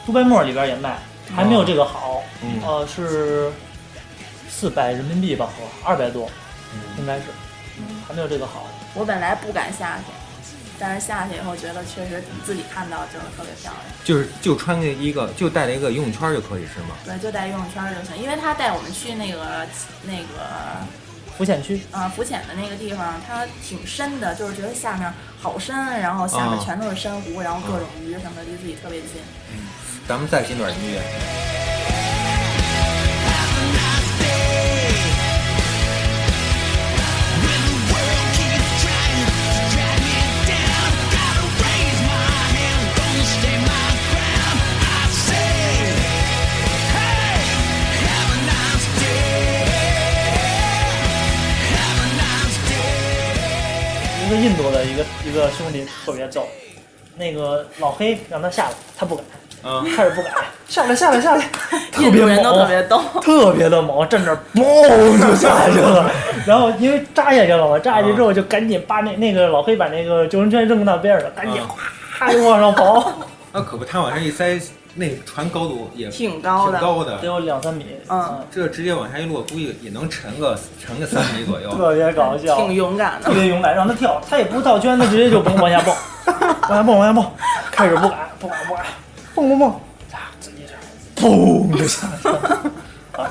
E: 杜拜沫里边也卖，还没有这个好，
D: 嗯
E: 呃，是四百人民币吧，二百多，应该是，
F: 嗯
E: 还没有这个好。
F: 我本来不敢下去，但是下去以后觉得确实自己看到就是特别漂亮。
D: 就是就穿个一个，就带着一个游泳圈就可以是吗？
F: 对，就带游泳圈儿就行，因为他带我们去那个那个
E: 浮潜区，
F: 呃浮潜的那个地方，它挺深的，就是觉得下面好深，然后下面
E: 嗯
D: 啊
F: 全都是珊瑚，然后各种鱼什么的，离自己特别近。
D: 咱们再听段音乐。
E: 一个印度的一个一个兄弟特别逗，那个老黑让他下来，他不敢，
D: 嗯，
E: 开始
F: [LAUGHS]
E: 不敢，下来下来下来，特
F: 印
E: 别
F: 度人都
E: 猛
F: 特别逗，
E: 特别的猛，站这儿嘣就下去了， [LAUGHS] 然后因为扎下去了嘛，扎下去之后就赶紧把那那个老黑把那个救生圈扔到边上，赶紧
D: 嗯
E: 哗就往上刨，
D: 那可不，他往上一塞，那船高度也挺
F: 挺高的。
E: [LAUGHS]
D: 高
E: 得
D: 的，
E: 有两三米，
F: 嗯，
D: 这直接往下一落，估计也能沉个沉个三米左 [LAUGHS] 右。
E: 特别搞笑，
F: 挺勇敢的
E: 特，别勇敢，让他跳，他也不套圈，他直接就蹦往下
F: [LAUGHS]
E: 蹦，往下蹦往下蹦，开始不敢不敢不敢，蹦蹦蹦，啊，自己这儿砰就下去了，
F: [LAUGHS]
E: 啊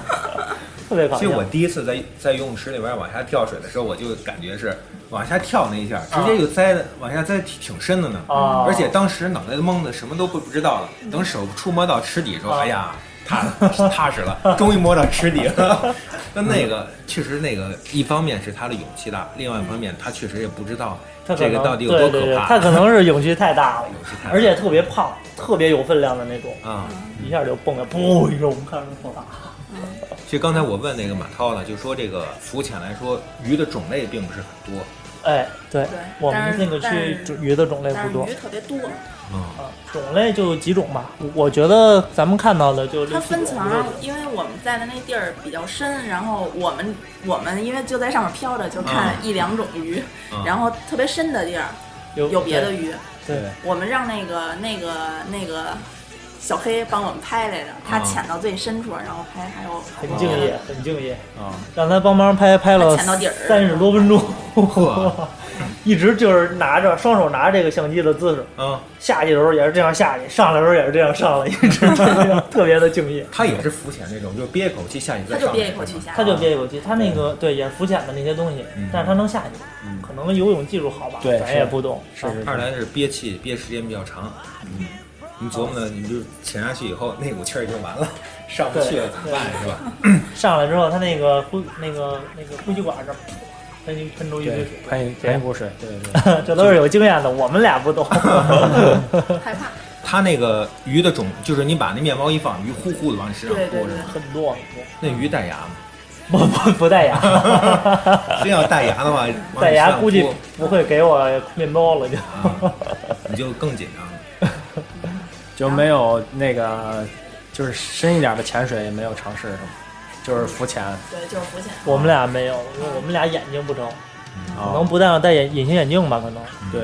E: 特别搞
D: 其实
E: 笑
D: 我。第一次在在游泳池里边往下跳水的时候，我就感觉是往下跳那一下，直接就栽的往下栽挺挺深的呢。
E: 啊嗯
D: 而且当时脑袋懵的，什么都不不知道了。等手触摸到池底的时候，
E: 啊
D: 哎呀，踏实踏
E: [LAUGHS]
D: 实了，终于摸到池底了。 [LAUGHS] 那那个确实，那个一方面是他的勇气大，另外一方面他确实也不知道
E: 他可
D: 这
E: 能
D: 个到底有多
E: 对对
D: 可
E: 对，
D: 怕。
E: 他可能是勇气太大了，
D: 勇气太大
E: 而且特别胖，特别有分量的那种，
D: 啊，
E: 一下就蹦了， [LAUGHS] 嘣一声，我们看着就破大。
D: 就刚才我问那个马涛呢，就说这个浮潜来说，鱼的种类并不是很多。
E: 哎，对
F: 对
E: 我
F: 但
E: 们
F: 是
E: 那个
F: 但
E: 区
F: 是
E: 种鱼的种类
F: 但
E: 不
F: 是
E: 多
F: 鱼特别多，
D: 嗯，
E: 啊，种类就几种吧。我我觉得咱们看到的就
F: 它
E: 六七
F: 分
E: 种
F: 层，啊因为我们在的那地儿比较深，然后我们我们因为就在上面飘着，就
E: 嗯
F: 看一两种鱼，
D: 嗯
F: 然后特别深的地儿
E: 有
F: 有别的
E: 对
F: 鱼，
E: 对
F: 我们让那个那个那个小黑帮我们拍来着，他
E: 嗯
F: 潜到最深处，然后拍，还有
E: 很敬
F: 哦
E: 业，很敬业，
A: 哦
G: 啊，
E: 让他帮忙拍拍了
F: 他潜到底儿
E: 三十多分钟， [LAUGHS]
D: 嚯
E: 一直就是拿着双手拿着这个相机的姿势，
D: 嗯，
E: 下去的时候也是这样下去，上来的时候也是这样上来，一直 [LAUGHS] 就这样，特别的敬业。
D: 他也是浮潜那种，就是憋一口气下去
F: 他
D: 再上来。
F: 就憋一口气下来，
E: 他就憋一口气，他那个对也是浮潜的那些东西
D: 啊嗯，
E: 但是他能下去，
D: 嗯
E: 可能游泳技术好吧，
A: 对
E: 咱
A: 是
E: 也不懂。
A: 是
E: 啊
A: 是
D: 二来是憋气憋时间比较长，嗯，你琢磨呢，你就潜下去以后那股气儿就完了，上不去了怎么办是吧？
E: 上来之后，他那个呼那个那个呼吸管这儿，喷一喷出一堆
A: 对
E: 水，，
A: 喷一喷一股水，对对对。
E: [LAUGHS] 这都是有经验的，我们俩不
D: [LAUGHS]
E: 懂。 [LAUGHS]
F: 害怕，
D: 它那个鱼的种，就是你把那面包一放，鱼呼呼的往你身上
F: 对对
D: 扑着
F: 对，，
E: 很多，
D: 那鱼带牙吗？
E: 不不不带牙，
D: [LAUGHS] 真要带牙的话，往你
E: 带
D: 身
E: 牙
D: 上
E: 估计
D: 扑
E: 不会给我面包了就。
D: 啊，你就更紧张了。
A: [LAUGHS] 就没有那个，就是深一点的潜水也没有尝试，是吗？就是浮潜啊、
F: 对，就是浮潜。
E: 我们俩没有，因为我们俩眼睛不成，
D: 哦
E: 可嗯能不但戴眼隐形眼镜吧，可能，
A: 啊对，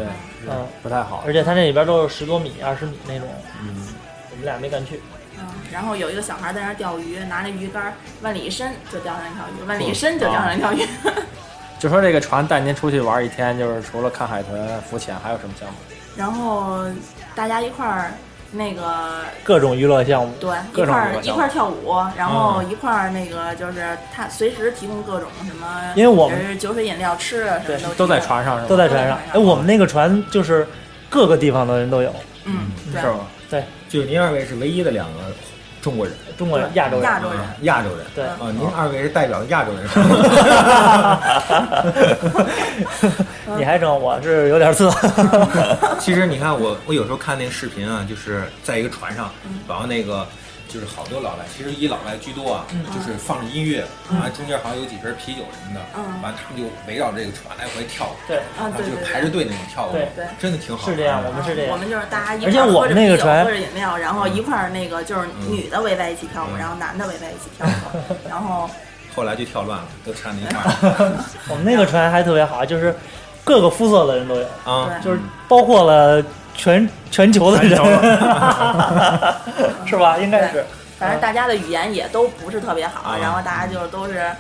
E: 嗯，
A: 不太好。
E: 而且他那里边都是十多米、二十米那种，
A: 嗯，
E: 我们俩没敢去。
F: 嗯，然后有一个小孩在那儿钓鱼，拿着鱼竿往里一伸就钓上一条鱼，往里一伸就钓上一条鱼。
E: 嗯
A: 就说这个船带您出去玩一天，就是除了看海豚、浮潜，还有什么项目？
F: [LAUGHS] 然后大家一块儿那个
E: 各种娱乐项目，
F: 对
A: 各
F: 一
A: 种
F: 块
A: 娱乐
F: 儿一
A: 项目
F: 块儿跳舞，然后
E: 嗯
F: 一块儿那个就是他随时提供各种什么，
E: 因为我们
F: 就是酒水饮料吃的什么都
A: 都在
F: 提供，
A: 船上是吗？
E: 都在船上。哎，我们那个船就是各个地方的人都有，
F: 嗯，对
A: 是，吗？
D: 就是您二位是唯一的两个中国人，
E: 中国人、亚洲人
F: 亚。洲人
D: 啊亚洲人。
E: 对
D: 啊，您二位是代表亚洲
F: [LAUGHS]
D: 人，[LAUGHS]
E: 你还整，我是有点次。
D: 其实你看我，我有时候看那个视频啊，就是在一个船上，
F: 嗯
D: 然后那个就是好多老外，其实以老外居多啊，
F: 嗯
D: 就是放着音乐，完、中间好像有几瓶啤酒什么的，
F: 嗯
D: 完、他们就围绕这个船来回跳舞，
E: 对，
F: 啊
D: 然后
F: 对
D: 就
F: 对
D: 排着队那种跳舞，
E: 对
F: 对
D: 真的挺好玩的。嗯
E: 是这样，我
F: 我
E: 们是这样
F: 我。们就是大家一
E: 而且
F: 块儿喝
E: 我们那
F: 着
E: 个
F: 啤酒
E: 船嗯
F: 喝着饮料，然后一块儿那个就是
D: 嗯
F: 女的围在一起跳舞，
D: 嗯
F: 然后男的围在一起跳舞，
E: [LAUGHS]
F: 然后
D: 后来就跳乱了，都掺在一块
F: [LAUGHS]
D: 儿
E: 我们那个船还特别好，就是各个肤色的人都有，
D: 啊。
F: 对
E: 就是包括了全全球的人， [LAUGHS] 是吧？应该是。
F: 反正大家的语言也都不是特别好，
D: 啊
F: 然后大家就都是也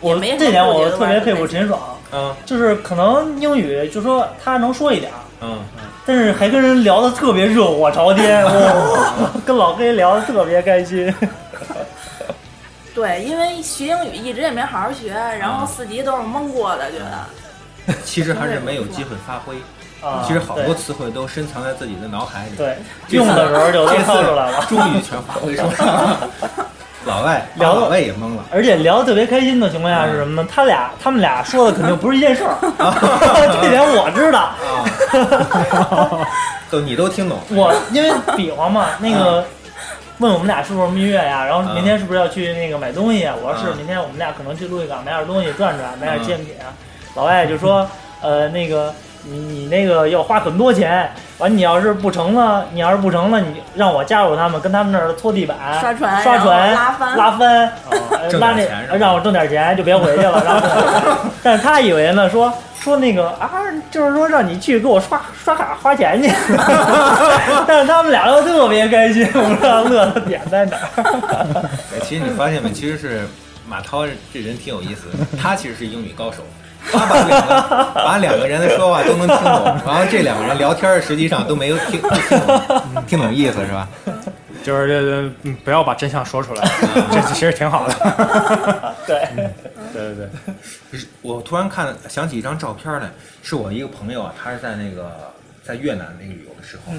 E: 我
F: 没什么
E: 这点
F: 不觉
E: 我
F: 得
E: 特别佩服
F: 吧
E: 陈爽，
D: 嗯
E: 就是可能英语就说他能说一点儿，
D: 嗯，
E: 但是还跟人聊得特别热火朝天，哇、
D: [LAUGHS]
E: 跟老黑聊得特别开心。
F: 对，因为学英语一直也没好好学，然后
D: 啊
F: 四级都是蒙过的，觉得
D: 其实还是没有机会发挥。
E: 啊，
D: 其实好多词汇都深藏在自己的脑海里，
E: 对对
D: 这
E: 用
D: 次
E: 的时候就都掏出来了，
D: 终于全发挥出来
E: [LAUGHS]
D: 了。老外，把
E: 聊
D: 老外也懵了。
E: 而且聊得特别开心的情况
F: 嗯
E: 下是什么呢？他俩他们俩说的肯定不是一件
F: [LAUGHS]
E: 事儿， [LAUGHS] 这点我知道。
D: 啊，都你都听懂，
E: 我因为比划嘛，那
F: 嗯
E: 个问我们俩是不是蜜月呀？然后明天是不是要去那个买东西啊？我说
D: 嗯
E: 是，明天我们俩可能去鹿邑港买点东西
F: 嗯
E: 转转，买点纪念品啊。老外就说，呃，那个你你那个要花很多钱，完你要是不成了，你要是不成了，你让我加入他们，跟他们那儿搓地板、
F: 刷船
E: 刷船、
F: 然后拉帆
E: 拉翻，呃
D: 哦
E: [LAUGHS]
D: 挣点
E: 拉那
D: 钱是吧
E: 让我挣点钱就别回去了。然
D: [LAUGHS]
E: 后，但是他以为呢，说说那个啊，就是说让你去给我刷刷卡花钱去， [LAUGHS] 但是他们俩都特别开心，我不知道乐的点在哪儿。
D: 哎其实你发现没？其实是马涛这人挺有意思的，他其实是英语高手，他把两个把两个人的说话都能听懂，然后这两个人聊天儿实际上都没有听听懂听懂意思是吧？
A: 就是这这嗯不要把真相说出
E: [LAUGHS]
A: 来，这其实挺好的。嗯
E: 对，
A: 对对对，
D: 我突然看想起一张照片来，是我一个朋友啊，他是在那个在越南那个旅游的时候，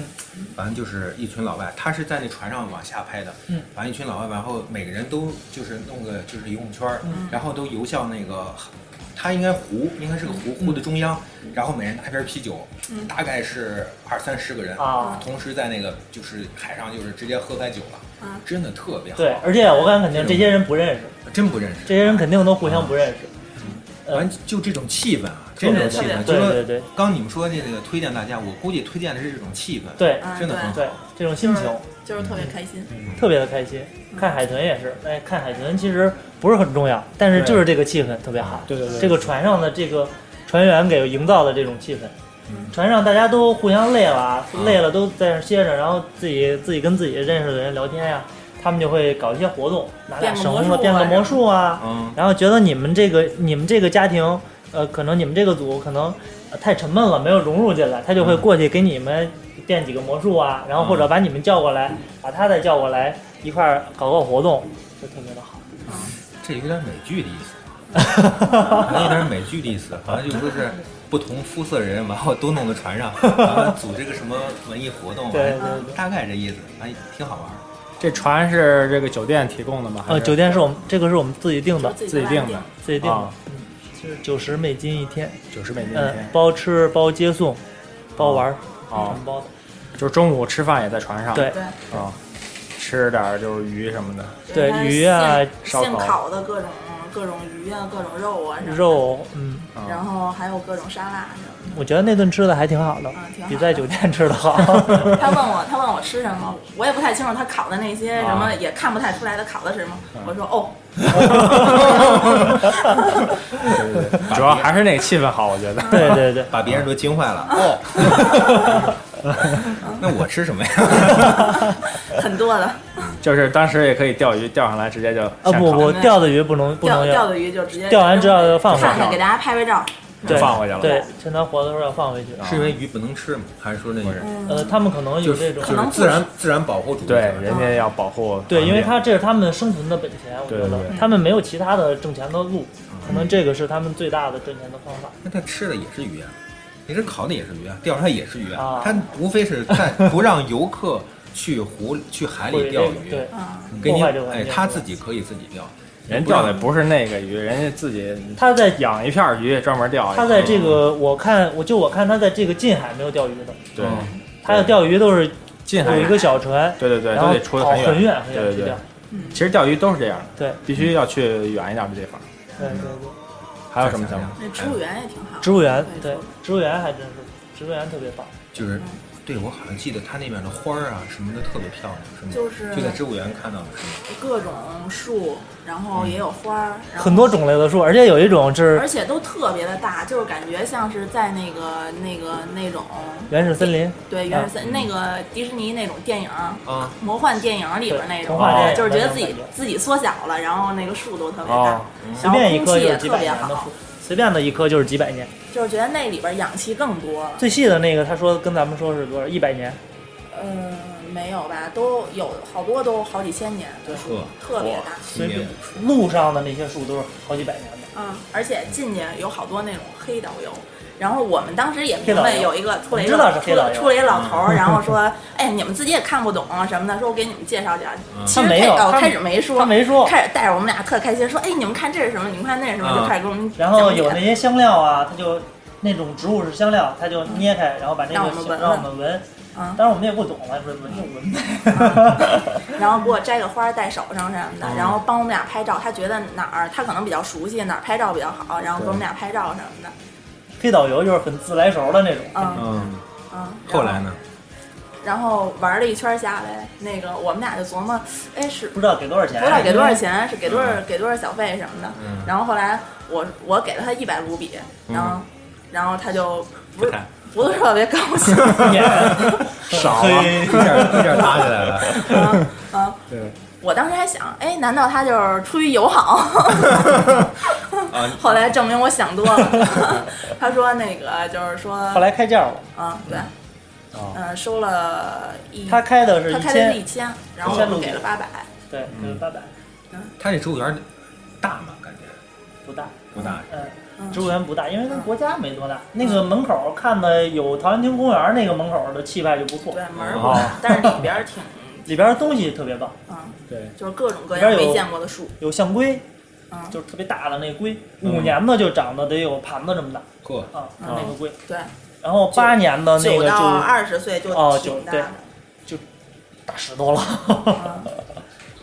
D: 完就是一群老外，他是在那船上往下拍的，
E: 嗯
D: 完一群老外，然后每个人都就是弄个就是游泳圈儿，
E: 嗯
D: 然后都游向那个，它应该湖，应该是个湖，
E: 嗯
D: 湖的中央，然后每人拿瓶啤酒，大概是二三十个人，
E: 啊
D: 同时在那个就是海上就是直接喝开酒了，真的特别好，
E: 啊对，而且我敢肯定这些人不认识，
D: 真不认识，
E: 这些人肯定都互相不认识。呃
D: 完就这种气氛啊，真的气氛，就
E: 对
D: 是说
E: 对对
D: 刚你们说那个推荐大家，我估计推荐的是这种气氛，
E: 对
F: 嗯
D: 真的很好。
E: 对，这种心情
F: 就是特别
A: 嗯
F: 开心。
E: 特别的开心。看海豚也是，哎，看海豚其实不是很重要，但是就是这个气氛特别好。
A: 对对对，
E: 这个船上的这个船员给营造的这种气氛，
A: 嗯
E: 船上大家都互相累了啊，累了都在那儿歇着，然后自己自己跟自己认识的人聊天呀、他们就会搞一些活动，拿俩绳子变
F: 变
E: 个
F: 个
E: 魔
F: 魔
E: 术啊，
D: 嗯，
E: 然后觉得你们这个你们这个家庭，呃，可能你们这个组可能、呃太沉闷了，没有融入进来，他就会过去给你们变几个魔术啊，
F: 嗯
E: 然后或者把你们叫过来，把他再叫过来一块儿搞个活动，就特别
F: [LAUGHS]
E: 的好。
D: 这有点美剧的意思，可能有点美剧的意思， [LAUGHS] 好像就说是不同肤色的人，然后都弄到船上， [LAUGHS] 然后组织个什么文艺活动，
E: 对对
D: 完
E: 对
D: 大概这意思，哎，挺好玩儿。
A: 这船是这个酒店提供的吗？还
E: 呃，
A: 是
E: 酒店是我们这个是我们自己定的，
F: 自
A: 自己
F: 己
A: 定
F: 的
A: 的，
E: 自己定的
A: 啊，，
E: 就是九十美金一天，
A: 九十美金一
E: 嗯，
A: 天。
E: 包吃包接送，包玩儿，
F: 啊
A: 哦
E: 全包的。
A: 就是中午吃饭也在船上。
E: 对
F: 对
A: 啊，吃点儿就是鱼什么的。
E: 对
F: 它是
E: 鱼啊
F: 现
A: 烧
F: 现
A: 烤
F: 烤的各种各种鱼啊，各种肉啊，什么的，
E: 肉，嗯，
A: 啊
F: 然后还有各种沙拉什么
E: 我觉得那顿吃的还挺好的，
F: 啊挺好的
E: 比在酒店吃的
F: [LAUGHS]
E: 好。
F: 的。他问我，他问我吃什么，我也不太清楚。他烤的那些什么
A: 啊
F: 也看不太出来，他烤的是什么。
E: 啊
F: 我说哦， [LAUGHS]
A: 对对对，主要还是那个气氛好，我觉得。
E: 对对对，
D: 把别人都惊坏了。哦那我吃什么呀？
F: [LAUGHS] 很多的，
A: 就是当时也可以钓鱼，钓上来直接就
E: 啊
A: 现
E: 不
A: 烤
E: 不，钓的鱼不能不
F: 钓
E: 能
F: 钓
E: 要，
F: 的鱼就直接
E: 钓完之后就放回
F: 上
E: 去
F: 去，给大家拍拍照。
E: 对
A: 放回去了啊
E: 对，趁它活的时候要放回去。
D: 是因为鱼不能吃吗？还是说那个
E: 呃，他们可能有
D: 就
E: 这
D: 是
E: 种
D: 就
F: 可，能
D: 是
F: 不
D: 自然自然保护主义
A: 对
D: 者？
A: 人家要保护环境。
E: 对，因为它这是他们生存的本钱，我觉
A: 对
E: 得
A: 对对嗯
E: 他们没有其他的挣钱的路，可能这个是他们最大的挣钱的方法。
D: 那他吃的也是鱼啊，你这烤的也是鱼啊，钓上来也是鱼
E: 啊
D: 他无非是在不让游客去湖去海
E: 或者这
D: 里钓
E: 个
D: 鱼，
E: 对，
F: 嗯，
D: 给你
E: 破坏这个环
D: 哎，
E: 境
D: 他自己可以自己钓，
A: 人钓的不是那个鱼，人家自己
E: 他在
A: 养一片鱼专门钓。
E: 他在这个，我看我就我看他在这个近海没有钓鱼的，
A: 对
D: 嗯
E: 他要钓鱼都是
A: 近海
E: 有一个小船，
A: 对对对，
E: 然
A: 都
E: 后
A: 得出
E: 跑
A: 很
E: 很
A: 远。
E: 远很
A: 对
E: 远
A: 对
E: 去
A: 对
E: 钓。
A: 其实钓鱼都是这样的，
E: 对
A: 必须要去远一点的地方。
E: 对对对，
A: 还有什么想法？
F: 那植物园也挺好。
E: 植物园
F: 对
E: 对植物园还真是植物园特别棒。
D: 哎就是。对，我好像记得他那边的花儿啊什么的特别漂亮，是吗？
F: 就是
D: 就在植物园看到的，是吗？
F: 各种树，然后也有花儿，然后
E: 嗯很多种类的树，而且有一种是
F: 而且都特别的大，就是感觉像是在那个那个那种
E: 原始森林，
F: 对原始森、那个迪士尼那种电影儿。
D: 啊，
F: 魔幻电影里边那
E: 嗯童
F: 种
E: 话电影，
F: 就是觉得自己
E: 那种感
F: 自己缩小了，然后那个树都特别
A: 哦
F: 大，
E: 随
F: 然后
E: 便一
F: 空
E: 棵
F: 气
E: 就
F: 也
E: 是几
F: 特
E: 百
F: 别
E: 年的
F: 好
E: 树，，随便的一棵就是几百年。
F: 就是觉得那里边氧气更多。
E: 最细的那个，他说跟咱们说是多少？一百年，
F: 嗯，没有吧？都有好多都好几千年，对，
D: 呵，
F: 特别大。
D: 今年
E: 路上的那些树都是好几百年的。
F: 嗯，而且进去有好多那种黑导游。然后我们当时也
E: 黑
F: 明
E: 导游
F: 白有一个出来一个
E: 我知道是黑导游嗯
F: 出来一老头儿，然后说：“哎，你们自己也看不懂啊什么的，说我给你们介绍点儿。”其实
E: 嗯他没有
F: 开哦
E: 他
F: 开始没说，
E: 他没说
F: 开始带着我们俩特开心，说：“哎，你们看这是什么？你们看那是什么？”
D: 嗯
F: 就开始给我们
E: 然后有
F: 讲
E: 那
F: 解
E: 些香料啊，他就那种植物是香料，他就捏开，然后把那
F: 嗯
E: 个
F: 让我们闻闻
E: 让我们闻。
F: 嗯
E: 当然我们也不懂了，闻闻就闻呗。 [LAUGHS]
F: 然后给我摘个花儿戴手上什么的，
E: 嗯
F: 然后帮我们俩拍照。他觉得哪儿他可能比较熟悉，哪儿拍照比较好，然后给我们俩拍照什么的。
E: 黑导游就是很自来熟的那种，
F: 嗯
D: 嗯，
F: 嗯。
D: 后来
F: 然
D: 呢？
F: 后？然后玩了一圈下来，那个我们俩就琢磨，哎，是
E: 不知道给多少钱，
F: 不知道给多少钱，是给多少给多少小费什么的。然后后来我我给了他一百卢比，然后然后他就不
D: 不
F: 是
D: 太
F: 不是特别高兴，
E: 钱。
D: 少啊，一下一下搭起来了。
E: [LAUGHS]
F: 嗯嗯，
A: 对，
F: 我当时还想，哎，难道他就是出于友好？ [LAUGHS] 后来证明我想多了。 [LAUGHS] 他说那个就是说，
E: [LAUGHS] 后来开价了，
F: 啊，对，嗯，收了一，
E: 他开的是
F: 嗯他
E: 一
F: 开的是
E: 千
F: 一，千，然后我们给了八百，
E: 对，就是八百，
D: 他这植物园大吗？感觉
E: 不大，
D: 不大，
E: 嗯，
F: 嗯
E: 植物园不大，因为跟国家没多大。那个门口看的有陶然亭公园那个门口的气派就不错
F: 对，门儿不
A: 哦
F: 大，但是里边儿挺，
E: 里边东西特别棒，
F: 嗯，
A: 对，
F: 就是各种各样
E: 里边有
F: 没见过的树，
E: 有象龟，
F: 嗯，
E: 就是特别大的那个龟，
D: 嗯
E: 五年的就长得得有盘子这么大
D: 嚯，
E: 啊，
A: 嗯
E: 那个龟。
F: 对，
E: 然后八年的那
F: 九
E: 个
F: 到
E: 就
F: 二十岁就
E: 哦九
F: 挺大
E: 对
F: 的，
E: 大石头了，
F: 嗯，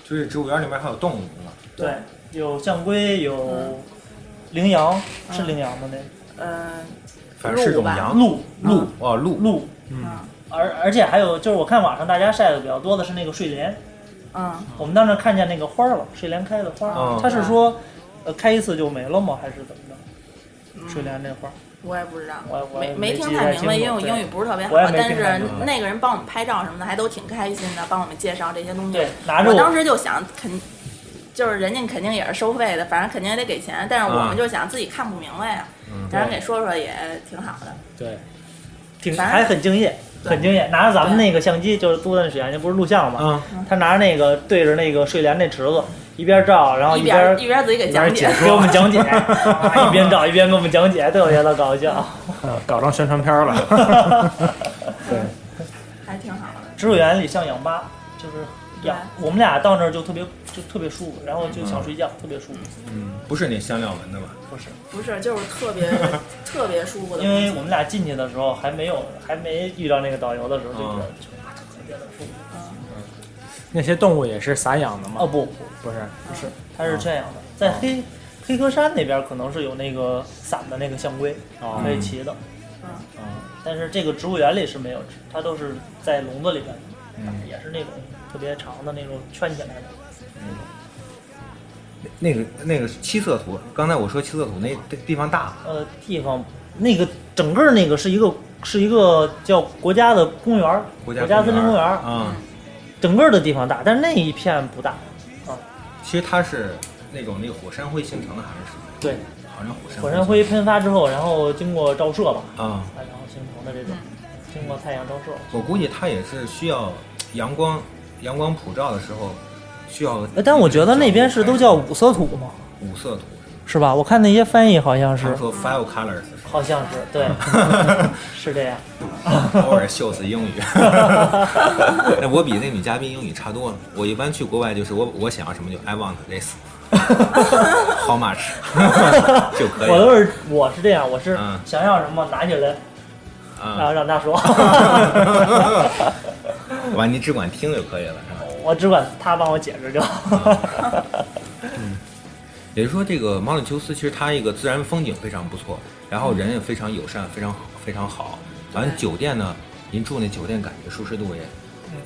D: 就是植物园里面还有动物是吧？
E: [LAUGHS] 对，有象龟，有羚羊，是羚羊吗？那
F: 呃，
D: 反正是种
F: 鹿吧
D: 羊，
E: 鹿
D: 啊鹿哦鹿
E: 鹿，
A: 嗯，
E: 而而且还有就是我看网上大家晒的比较多的是那个睡莲，
F: 嗯，
E: 我们当时看见那个花儿了，睡莲开的花儿
D: 嗯，
E: 它是说，呃，开一次就没了吗？还是怎么着？
F: 嗯
E: 睡莲这花儿，
F: 我也不知道，
E: 我我
F: 没
E: 也没
F: 听
E: 记
F: 太
E: 太
F: 明
E: 清
F: 白，
E: 楚
F: 因为我
E: 对
F: 英语不是特别好
E: 我也，没
F: 但
E: 听太
F: 是
E: 明
D: 白
F: 那个人帮我们拍照什么的，还都挺开心的，帮我们介绍这些东西。
E: 对，拿着
F: 我当
E: 我，
F: 时就想，肯就是人家肯定也是收费的，反正肯定也得给钱，但是我
D: 啊
F: 们就想自己看不明白呀，
D: 嗯
F: 让人给说说也挺好的。
A: 对，
E: 挺
F: 拿着
E: 还很敬业，
F: 对
E: 很敬业，拿着咱们那个相机，就是租的那水烟机，不是录像嘛，
D: 啊，
E: 他拿着那个对着那个睡莲那池子，啊一边照，然后
F: 一
E: 边
F: 边
E: 儿
F: 一边自己给
D: 一边
F: 讲解
D: 解，
E: 给我
D: 说
E: 们讲解，啊一边照一边给我们讲解，特别的搞笑。
A: 搞成宣传片儿了，
E: [LAUGHS]
F: 还挺好的。
E: 植物园里像氧吧，就是氧，我们俩到那儿就特别就特别舒服，然后就想睡觉，特别舒服。
D: 嗯，不是那香料纹的吧？
E: 不是，
F: 不是，就是特
E: [LAUGHS]
F: 别特别舒服的
E: 因
F: 东西，
E: 为我们俩进去的时候还没有还没遇到那个导游的时候，就觉得
D: 嗯
E: 就啊特别的舒服。
A: 那些动物也是散养的
E: 哦
A: 吗？
E: 不，
A: 不是，
E: 不是，它
D: 嗯
E: 是圈养的，在黑黑河山那边可能是有那个散的那个象龟
A: 哦
D: 嗯
E: 可以骑的，
A: 啊，
E: 但是这个植物园里是没有，它都是在笼子里边的。
D: 嗯，
E: 也是那种特别长的那种圈起来的。
D: 那个那个七色土，刚才我说七色土那地地方大，
E: 呃，地方那个整个那个是一个是一个叫国家的公园儿，
D: 国
E: 国
D: 家
E: 森林公园儿，
D: 啊，
E: 整个的地方大，但是那一片不大。
D: 其实它是那种那个火山灰形成的，还是什么？
E: 对，
D: 好像火山
E: 火山灰喷发之后，然后经过照射吧，
D: 啊，
E: 啊，然后形成的这种，经过太阳照射。
D: 我估计它也是需要阳光阳光普照的时候需要
E: 呃，。但我觉得那边是都叫五色土嘛，
D: 五色土，
E: 是吧？我看那些翻译好像
D: 他
E: 是
D: 们，说 five colors，
E: 好
D: [LAUGHS]
E: 像是对，是这样。
D: 偶尔秀次英语。 [LAUGHS] 但我比那女嘉宾英语差多了。我一般去国外就是我我想要什么就 I want [LAUGHS] this，how much [LAUGHS] 就可以
E: 我
D: 了。
E: 都是我是这样，我是
D: 嗯
E: 想要什么拿起来，然后
D: 啊，
E: 让他说。
D: [LAUGHS] 完你只管听就可以了，是吧？
E: 我只管他帮我解释就好。
D: 也就是说，这个毛里求斯其实它一个自然风景非常不错，然后人也非常友善，非常非常好。完
F: 对
D: 酒店呢，您住那酒店感觉舒适度也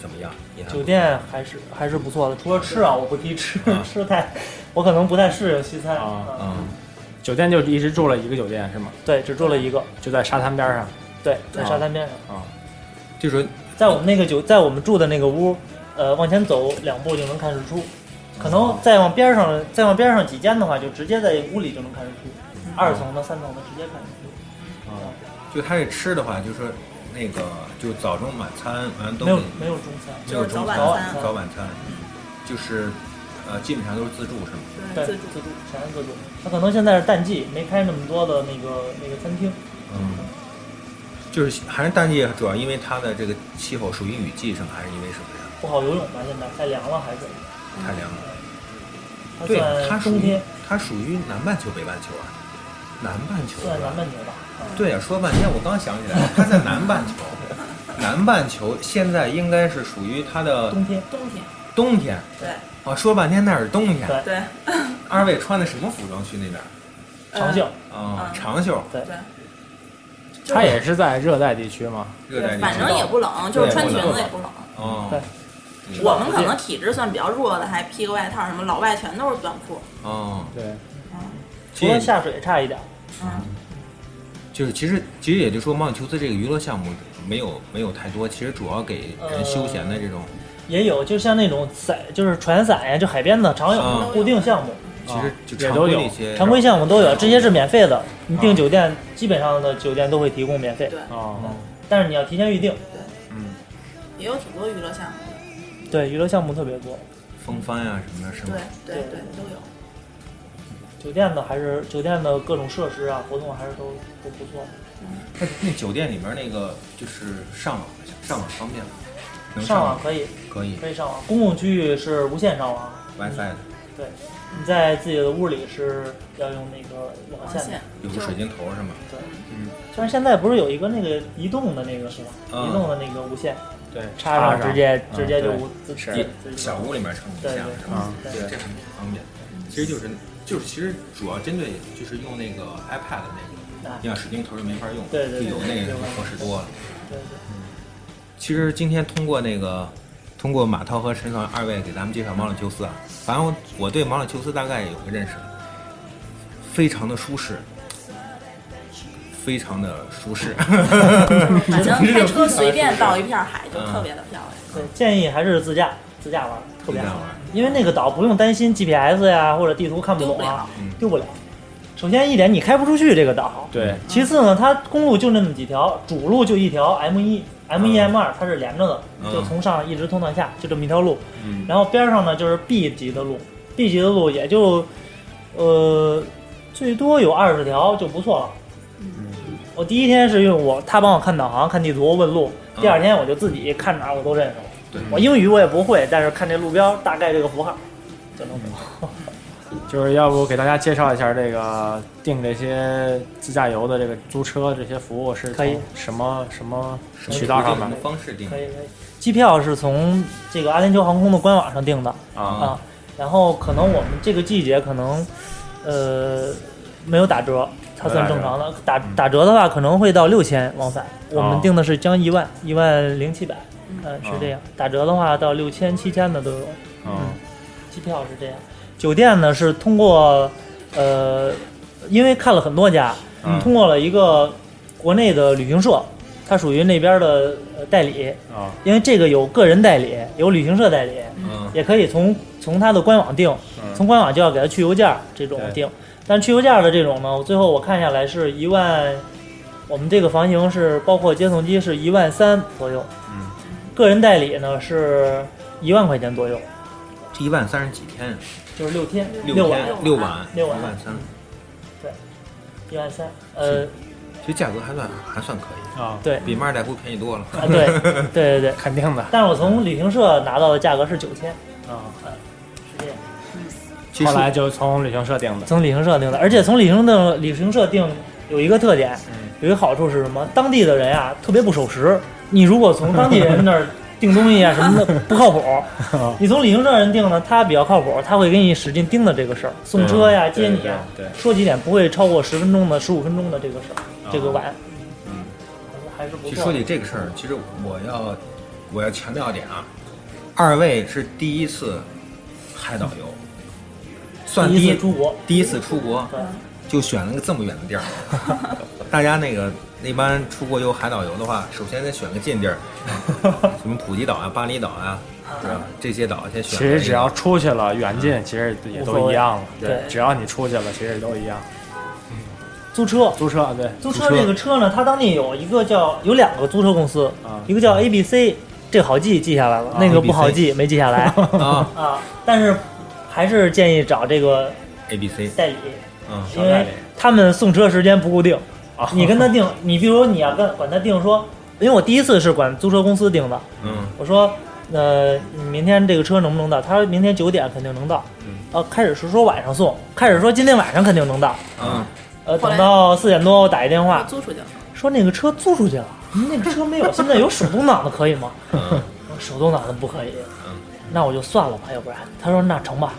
D: 怎么样？也还
E: [LAUGHS]
D: 不
E: 酒店还是还是不错的，除了吃啊，我不提吃
D: 啊，
E: [LAUGHS] 吃太，我可能不太适应西餐。
A: 啊
E: 嗯
D: 嗯，
A: 酒店就一直住了一个酒店是吗？
E: 对，只住了一个，
A: 就在沙滩边上
E: 对，
F: 对
E: 在沙滩边上，
A: 啊，
D: 就说
E: 在我们那个酒，在我们住的那个屋，呃，往前走两步就能看日出，可
D: 嗯
E: 能再往边上再往边上几间的话，就直接在屋里就能看日出，二层的、三层的直接看日出，
A: 哦
D: 就它这吃的话，就说那个就早中晚餐完都
E: 没有
D: 给
E: 没有中餐，
D: 没
F: 就
D: 有
F: 是
D: 中
F: 早晚
D: 餐
E: 餐
D: 早晚餐，就是呃基本上都是自助是吗？
F: 对
E: 对，
F: 自
E: 自
F: 助
E: 助，全是自助。他可能现在是淡季，没开那么多的那个那个餐厅。
D: 嗯，就是还是淡季，主要因为它的这个气候属于雨季是吗？还是因为什么呀？
E: 不好游泳吧？现在太凉了，还是
D: 太凉了。
E: 它
D: 对，啊它
E: 算
D: 属
E: 嗯冬
D: 于
E: 天，
D: 它属于南半球北半球啊，南半球
E: 算南
D: 吧？
E: 半球吧？
D: 对呀、说半天我刚想起来，它在南半球。南半球现在应该是属于它的
E: 冬天
F: 冬天，
D: 冬天
F: 对
D: 啊，说半天那是冬天。
E: 对
F: 对，
D: 二位穿的什么服装去那边？
E: 长袖，
F: 嗯
D: 啊、长袖，
E: 对
F: 对，
A: 它也是在热带地区嘛，
D: 热带地区。
F: 反正也不冷，就是
D: 对
F: 穿
D: 不
F: 裙
D: 冷
F: 子也不冷。
D: 哦，
E: 对
D: 嗯
F: 我们可能体质算比较弱的，还披个外套什么，老外全都是短裤。
D: 哦，
A: 对，
E: 除了下水差一点。
F: 嗯，
D: 就是其实其实也就是说，毛里求斯这个娱乐项目没有没有太多，其实主要给
F: 呃
D: 人休闲的这种，
E: 也有，就像那种伞，就是船伞呀，就海边的常
D: 嗯
E: 有固定项目、
F: 哦
D: 其实就
A: 也
D: 常
A: 都
D: 规
A: 有
D: 那些
E: 常规项目都有，这些是免费的。你
A: 啊
E: 订酒店，基本上的酒店都会提供免费，
F: 对，
E: 嗯
A: 啊，
E: 但是你要提前预定。
F: 也有挺多娱乐项目的。
E: 对，娱乐项目特别多，
D: 啊
E: 嗯
D: 风帆呀、什么的，是吗
F: 对？对对，都有。
E: 就酒店的还是酒店的各种设施啊、活动还是都都不错。
D: 那那酒店里面那个就是上网上网方便吗？能
E: 上
D: 网
E: 网可以，
D: 可以
E: 可以上网。公共区域是无线上网，
D: ，WiFi 的，
E: 对，你在自己的屋里是要用那个网
F: 网
E: 线的
F: 线。
D: 有个水晶头是吗？
E: 对，
D: 嗯，
E: 虽然现在不是有一个那个移动的那个是吧？
D: 嗯
E: 移动的那个无线
D: 对，
E: 插上直接
A: 嗯
E: 直接就
A: 对
E: 无自
A: 是
E: 己自己
D: 嗯小屋里面成一
E: 对对
D: 下是吧？
A: 啊
E: 对嗯
D: 这很方便。其实就是就是其实主要针对就是用那个 iPad 的那
E: 啊
D: 个，你要水晶头就没法用，
E: 对对对
D: 有那个
E: 对
D: 就合适多了。
E: 对
D: 其实今天通过那个，通过马涛和陈爽二位给咱们介绍毛里求斯啊，反正我我对毛里求斯大概有个认识，非常的舒适，非常的舒
E: [LAUGHS]
D: 适。
F: 反正开车随便到一片海就
D: 嗯
F: 特别的漂亮。
E: 对，建议还是自驾自驾玩，特别
D: 自驾
E: 好
D: 玩，
E: 因为那个岛不用担心 GPS 呀或者地图看不懂啊，丢不了。首先一点，你开不出去这个岛。
A: 对，
E: 其次呢，它公路就那么几条，主路就一条 M 一、M 一、M 二，它是连着的，
D: 嗯
E: 就从上一直通到下，就这么一条路。
D: 嗯，
E: 然后边上呢就是 B 级的路，B 级的路也就，呃，最多有二十条就不错了。我第一天是用我他帮我看导航、看地图、问路，第二天我就自己看哪儿我都认识了。
D: 对，
E: 我英语我也不会，但是看这路标大概这个符号就能懂。
A: 就是要不给大家介绍一下这个订这些自驾游的这个租车这些服务是
E: 可以
A: 从什么什么
D: 什么
A: 渠道上
D: 什么
A: 面
D: 方式定
E: 可以可以，机票是从这个阿联酋航空的官网上订的
A: 啊？
E: 啊，然后可能我们这个季节可能，呃，没有打折，它算正常的。打打折的嗯哦话可能会到六千往返，我们订的是将一万一万零七百，嗯，是这样。打折的话到六千七千的都有。
A: 嗯，
E: 机票是这样，酒店呢是通过，呃，因为看了很多家，
A: 嗯
E: 通过了一个国内的旅行社，它属于那边的呃代理，
A: 啊，
E: 因为这个有个人代理，有旅行社代理，
D: 嗯，
E: 也可以从从它的官网订，从官网就要给它去邮件儿这种
A: 对
E: 订，但去邮件儿的这种呢，最后我看下来是一万，我们这个房型是包括接送机是一万三左右，
A: 嗯，
E: 个人代理呢是一万块钱左右。
D: 这一万三十几天，
E: 就是六天，
D: 六
E: 晚，
D: 天六晚
E: 六晚
D: 晚万三，
E: 一万三，呃，
D: 其实价格还算还算可以，
A: 啊， [LAUGHS]
E: 对，
D: 比马尔代夫便宜多了。
E: 啊，对，对对对。
A: 肯定的
E: 但是我从旅行社拿到的价格是九千，
A: 啊。
E: 是这样，
D: 其实
A: 后来就从旅行社订的
E: 从旅行社订的，而且从旅行社旅行社订有一个特点，
A: 嗯
E: 有一个好处是什么？当地的人啊特别不守时，你如果从当地
A: [LAUGHS]
E: 人那儿订东西啊什么的不靠谱，你从旅行社人订呢，他比较靠谱，他会给你使劲盯着这个事儿，送车呀、接你啊，
A: 嗯对，
E: 说几点不会超过十分钟的、十五分钟的这个事儿，
A: 哦
E: 这个晚，
D: 嗯，
E: 还是不
D: 其实
E: 错
D: 说
E: 的。
D: 起这个事儿，其实我要我要强调一点啊，二位是第一次海岛游，算
E: 第
D: 第
E: 一
D: 一
E: 次出国，
D: 第一次出国
E: 对，
D: 就选了个这么远的地儿。大家那个一般出国游海岛游的话，首先得选个近地儿，什么普吉岛啊、巴厘岛啊，是吧？这些岛先
A: 其
D: 选。
A: 实只要出去了，远近其实也都一样了。
E: 嗯所谓对
A: 只要你出去了，其实都一样。
E: 租车，
A: 租车对，
E: 租车这个车呢，它当地有一个叫有两个租车公司，
A: 啊
E: 一个叫 A B C，这好记记下来了，那个不好记没记
A: [LAUGHS]
E: 下来
D: 啊
E: 啊。但是还是建议找这个
D: ，A、B、C，
E: 代理，
D: 嗯，
E: 因
A: 代
E: 为
A: 理
E: 他们送车时间不固定，
A: 啊，
E: 你跟他定，你比如你要跟管他定说，因为我第一次是管租车公司定的，
D: 嗯，
E: 我说。呃，你明天这个车能不能到？他说明天九点肯定能到。
A: 嗯
E: 呃，开始是说晚上送，开始说今天晚上肯定能到。
D: 嗯，
E: 呃，
F: 后来
E: 等到四点多我打一电话，
F: 租出去了，
E: 说那个车租出去了，嗯那个车没有，现在有手动挡的可以吗？
D: 嗯，
E: 我说手动挡的不可以
D: 嗯，
E: 那我就算了吧，要不然他说那成吧，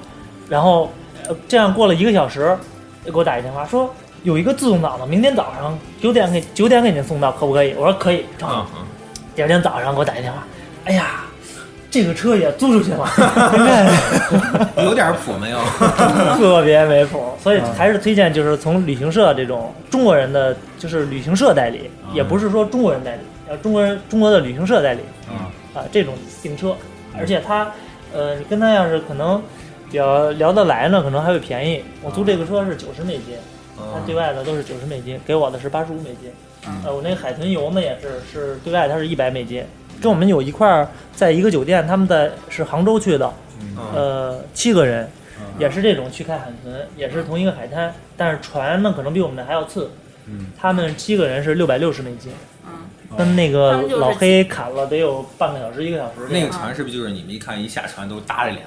E: 然后、呃这样过了一个小时，又给我打一电话说有一个自动挡的，明天早上九点给九点给您送到，可不可以？我说可以，成。
D: 嗯，
E: 第二天早上给我打一电话，哎呀，这个车也租出
D: [LAUGHS]
E: 去了， [LAUGHS] 您看。
D: 嗯 [LAUGHS] 有点谱
E: [LAUGHS]
D: 没有？
E: 特别没谱，所以还是推荐就是从旅行社这种中国人的就是旅行社代理，也不是说中国人代理，呃，中国人中国的旅行社代理
D: 嗯，
E: 啊这种订车，而且他呃你跟他要是可能比较聊得来呢，可能还会便宜。我租这个车是九十美金，他对
D: 嗯，
E: 外的都是九十美金，给我的是八十五美金。呃，我那个海豚游呢也是是对外它是一百美金，跟我们有一块儿在一个酒店，他们在是杭州去的，
D: 嗯
E: 呃，七个人，也是这种去看海豚，也是同一个海滩，但是船呢可能比我们的还要次。
D: 嗯，
E: 他们七个人是六百六十美金，
F: 嗯，
E: 跟那
F: 他
E: 个
F: 们就是
E: 老黑砍了得有半个小时一个小时这
D: 那
E: 样。
D: 个船是不是就是你们一看一下船都搭着脸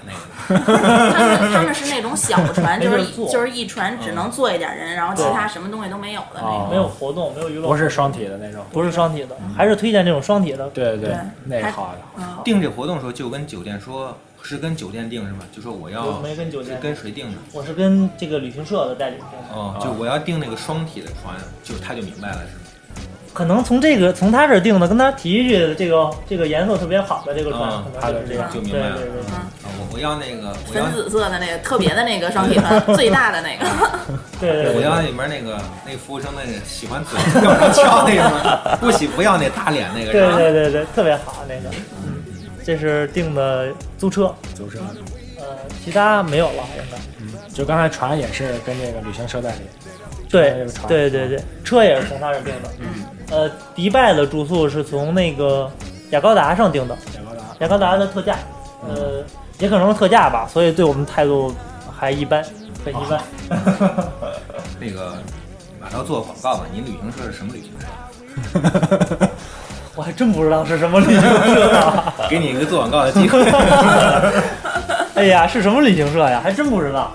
D: 那个？
F: 他们他们是那种小船，
E: [LAUGHS] 没
F: 就
E: 地儿
F: 是一
E: 坐
F: 就是一船只
D: 嗯
F: 能坐一点人，然后其
E: 对哦
F: 他什么东西都没有的那种。
A: 啊，
E: 没有活动，没有娱乐，
A: 不是双体的那种。
E: 不是双体的，还是推荐这种双体的。
A: 对对
F: 对
A: 那
F: 还
A: 个好的。
F: 嗯，
D: 定这活动的时候就跟酒店说，是跟酒店定是吧？就说我
E: 我
D: 要
E: 没跟酒
D: 是
E: 店，
D: 跟谁定的？
E: 我是跟这个旅行社的代理订的。
D: 哦，就我要订那个双体的船，就他就明白了是吗？
E: 可能从这个从他这儿定的，跟他提一句，这个这个颜色特别好的这个船，
D: 嗯
E: 可能就是这样。
D: 就
E: 对
D: 明
E: 对
D: 白了
E: 对，
D: 啊，我我要那个，我要
F: 粉紫色的那个特别的那个双
E: [LAUGHS]
F: 体船，最大的那个。
E: 对对
D: 我
E: 对，
D: 要里面那个那服务生那个喜欢嘴要上翘那
E: [LAUGHS]
D: 个，不喜不要那大脸那个
E: 对
D: 啥。
E: 对对对，特别好那个。嗯，这是订的租车，
A: 组织
E: 呃，其他没有了，应该。
A: 就刚才船也是跟这个旅行社代理，
E: 对
A: 船
E: 对对对，车也是从他这儿订的。
F: 嗯，
E: 呃，迪拜的住宿是从那个雅高达上订的，
A: 雅高达
E: 雅高达的特价，呃，也可能是特价吧，所以对我们态度还一般，很一般。哦
D: 那个马上做广告吧，您旅行社是什么
E: [LAUGHS]
D: 旅行社？
E: [LAUGHS] 我还真不知道是什么旅行社、 [LAUGHS] 啊，
D: 给你一个做广告的
E: [LAUGHS]
D: 机会。
E: 哎呀，是什么旅行社呀？还真不知道，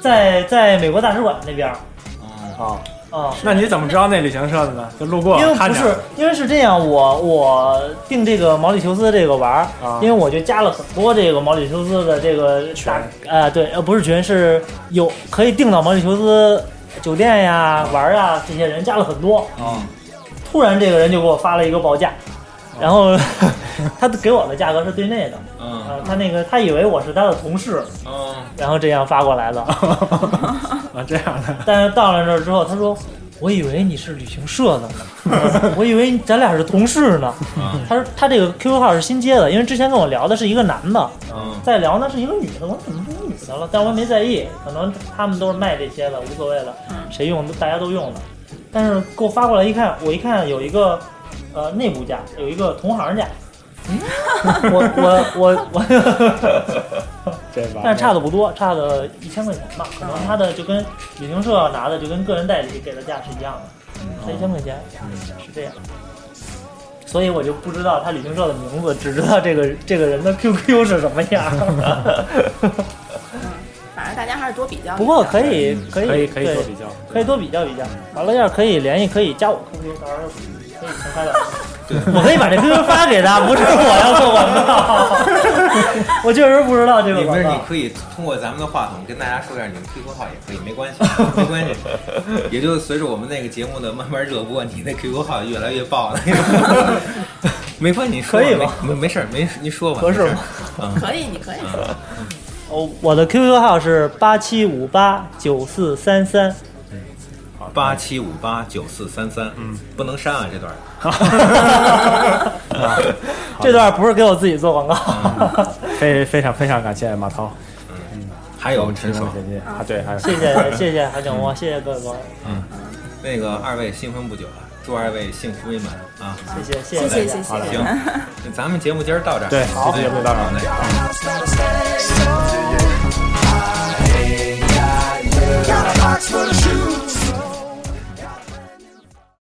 E: 在在美国大使馆那边儿
A: 啊。
D: 哦
E: 啊。
A: 那你怎么知道那旅行社的呢？就路过
E: 因为
A: 看
E: 不
A: 见
E: 是
A: 了，
E: 因为是这样，我我订这个毛里求斯这个玩儿，
A: 啊
E: 因为我就加了很多这个毛里求斯的这个
A: 群
E: 大，呃，对，呃，不是群，是有可以订到毛里求斯酒店呀、玩儿呀这些人加了很多。
D: 哦，
E: 突然这个人就给我发了一个报价，
A: 哦
E: 然后 [LAUGHS] 他给我的价格是对内的，
D: 嗯
E: 啊，他那个他以为我是他的同事，
D: 嗯，
E: 然后这样发过
A: [LAUGHS]
E: 来的。
A: 啊这样的，
E: 但是到了那儿之后，他说：“我以为你是旅行社的呢， [LAUGHS] 我以为咱俩是同事呢。
D: 嗯”
E: 他说他这个 QQ 号是新接的，因为之前跟我聊的是一个男的，
D: 嗯，
E: 再聊呢是一个女的，我说怎么是一女的了？但我也没在意，可能他们都是卖这些的，无所谓了，
F: 嗯
E: 谁用大家都用的。但是给我发过来一看，我一看有一个呃内部价，有一个同行价。我我我我，
A: 这吧，
E: 但是差的不多，差的一千块钱吧，可能他的就跟旅行社拿的就跟个人代理给的价是一样的，才一千块钱，是这样。所以我就不知道他旅行社的名字，只知道这个这个人的 QQ 是什么样。
A: [LAUGHS]
F: 反正大家还是多比较。
E: 不过可以可以
A: 可嗯以可以
E: 对
A: 做比较，
E: 可以多比较比较。完了，要是可以联系，可以加我 QQ，到时候可以从他的。我可以把这 QQ 发给他，不是我要做广
A: [LAUGHS]
E: 告。我确实不知道这个
D: 你不
E: 广
D: 是
E: 告
D: 你。可以通过咱们的话筒跟大家说一下你们 QQ 号也可以，没关系，没关系。也就随着我们那个节目的慢慢热播，你那 QQ 号越来越爆了。没关系，你说吧
E: 可以吗
D: 没没没事儿，没事，您说吧。
E: 合适
D: 没事
E: 吗
D: 儿？嗯，
F: 可以，你可
E: [LAUGHS]
F: 以说。
E: 哦，我的 QQ 号是八七五八九四
A: [LAUGHS]
E: 三三，
D: 八七五八九四三三，嗯，不能删啊这段儿。
E: 这段不是给我自己做广
A: 嗯
E: 告，
A: 非非常非常感谢马涛，
D: 还有陈
A: 谢
D: 爽，
A: 谢啊对，还有
E: [LAUGHS] 嗯谢谢谢谢韩景波，谢谢各位观
D: 那个二位新婚不久啊，祝二位幸福美满啊！
E: 众，谢谢谢
F: 谢
E: 谢
F: 谢
E: 大家
F: 谢。谢。
D: 行，那咱们节目今儿到这儿，
A: 对，
D: 好
A: 这期节目就到这儿。
D: 嘞。
C: Your life's got a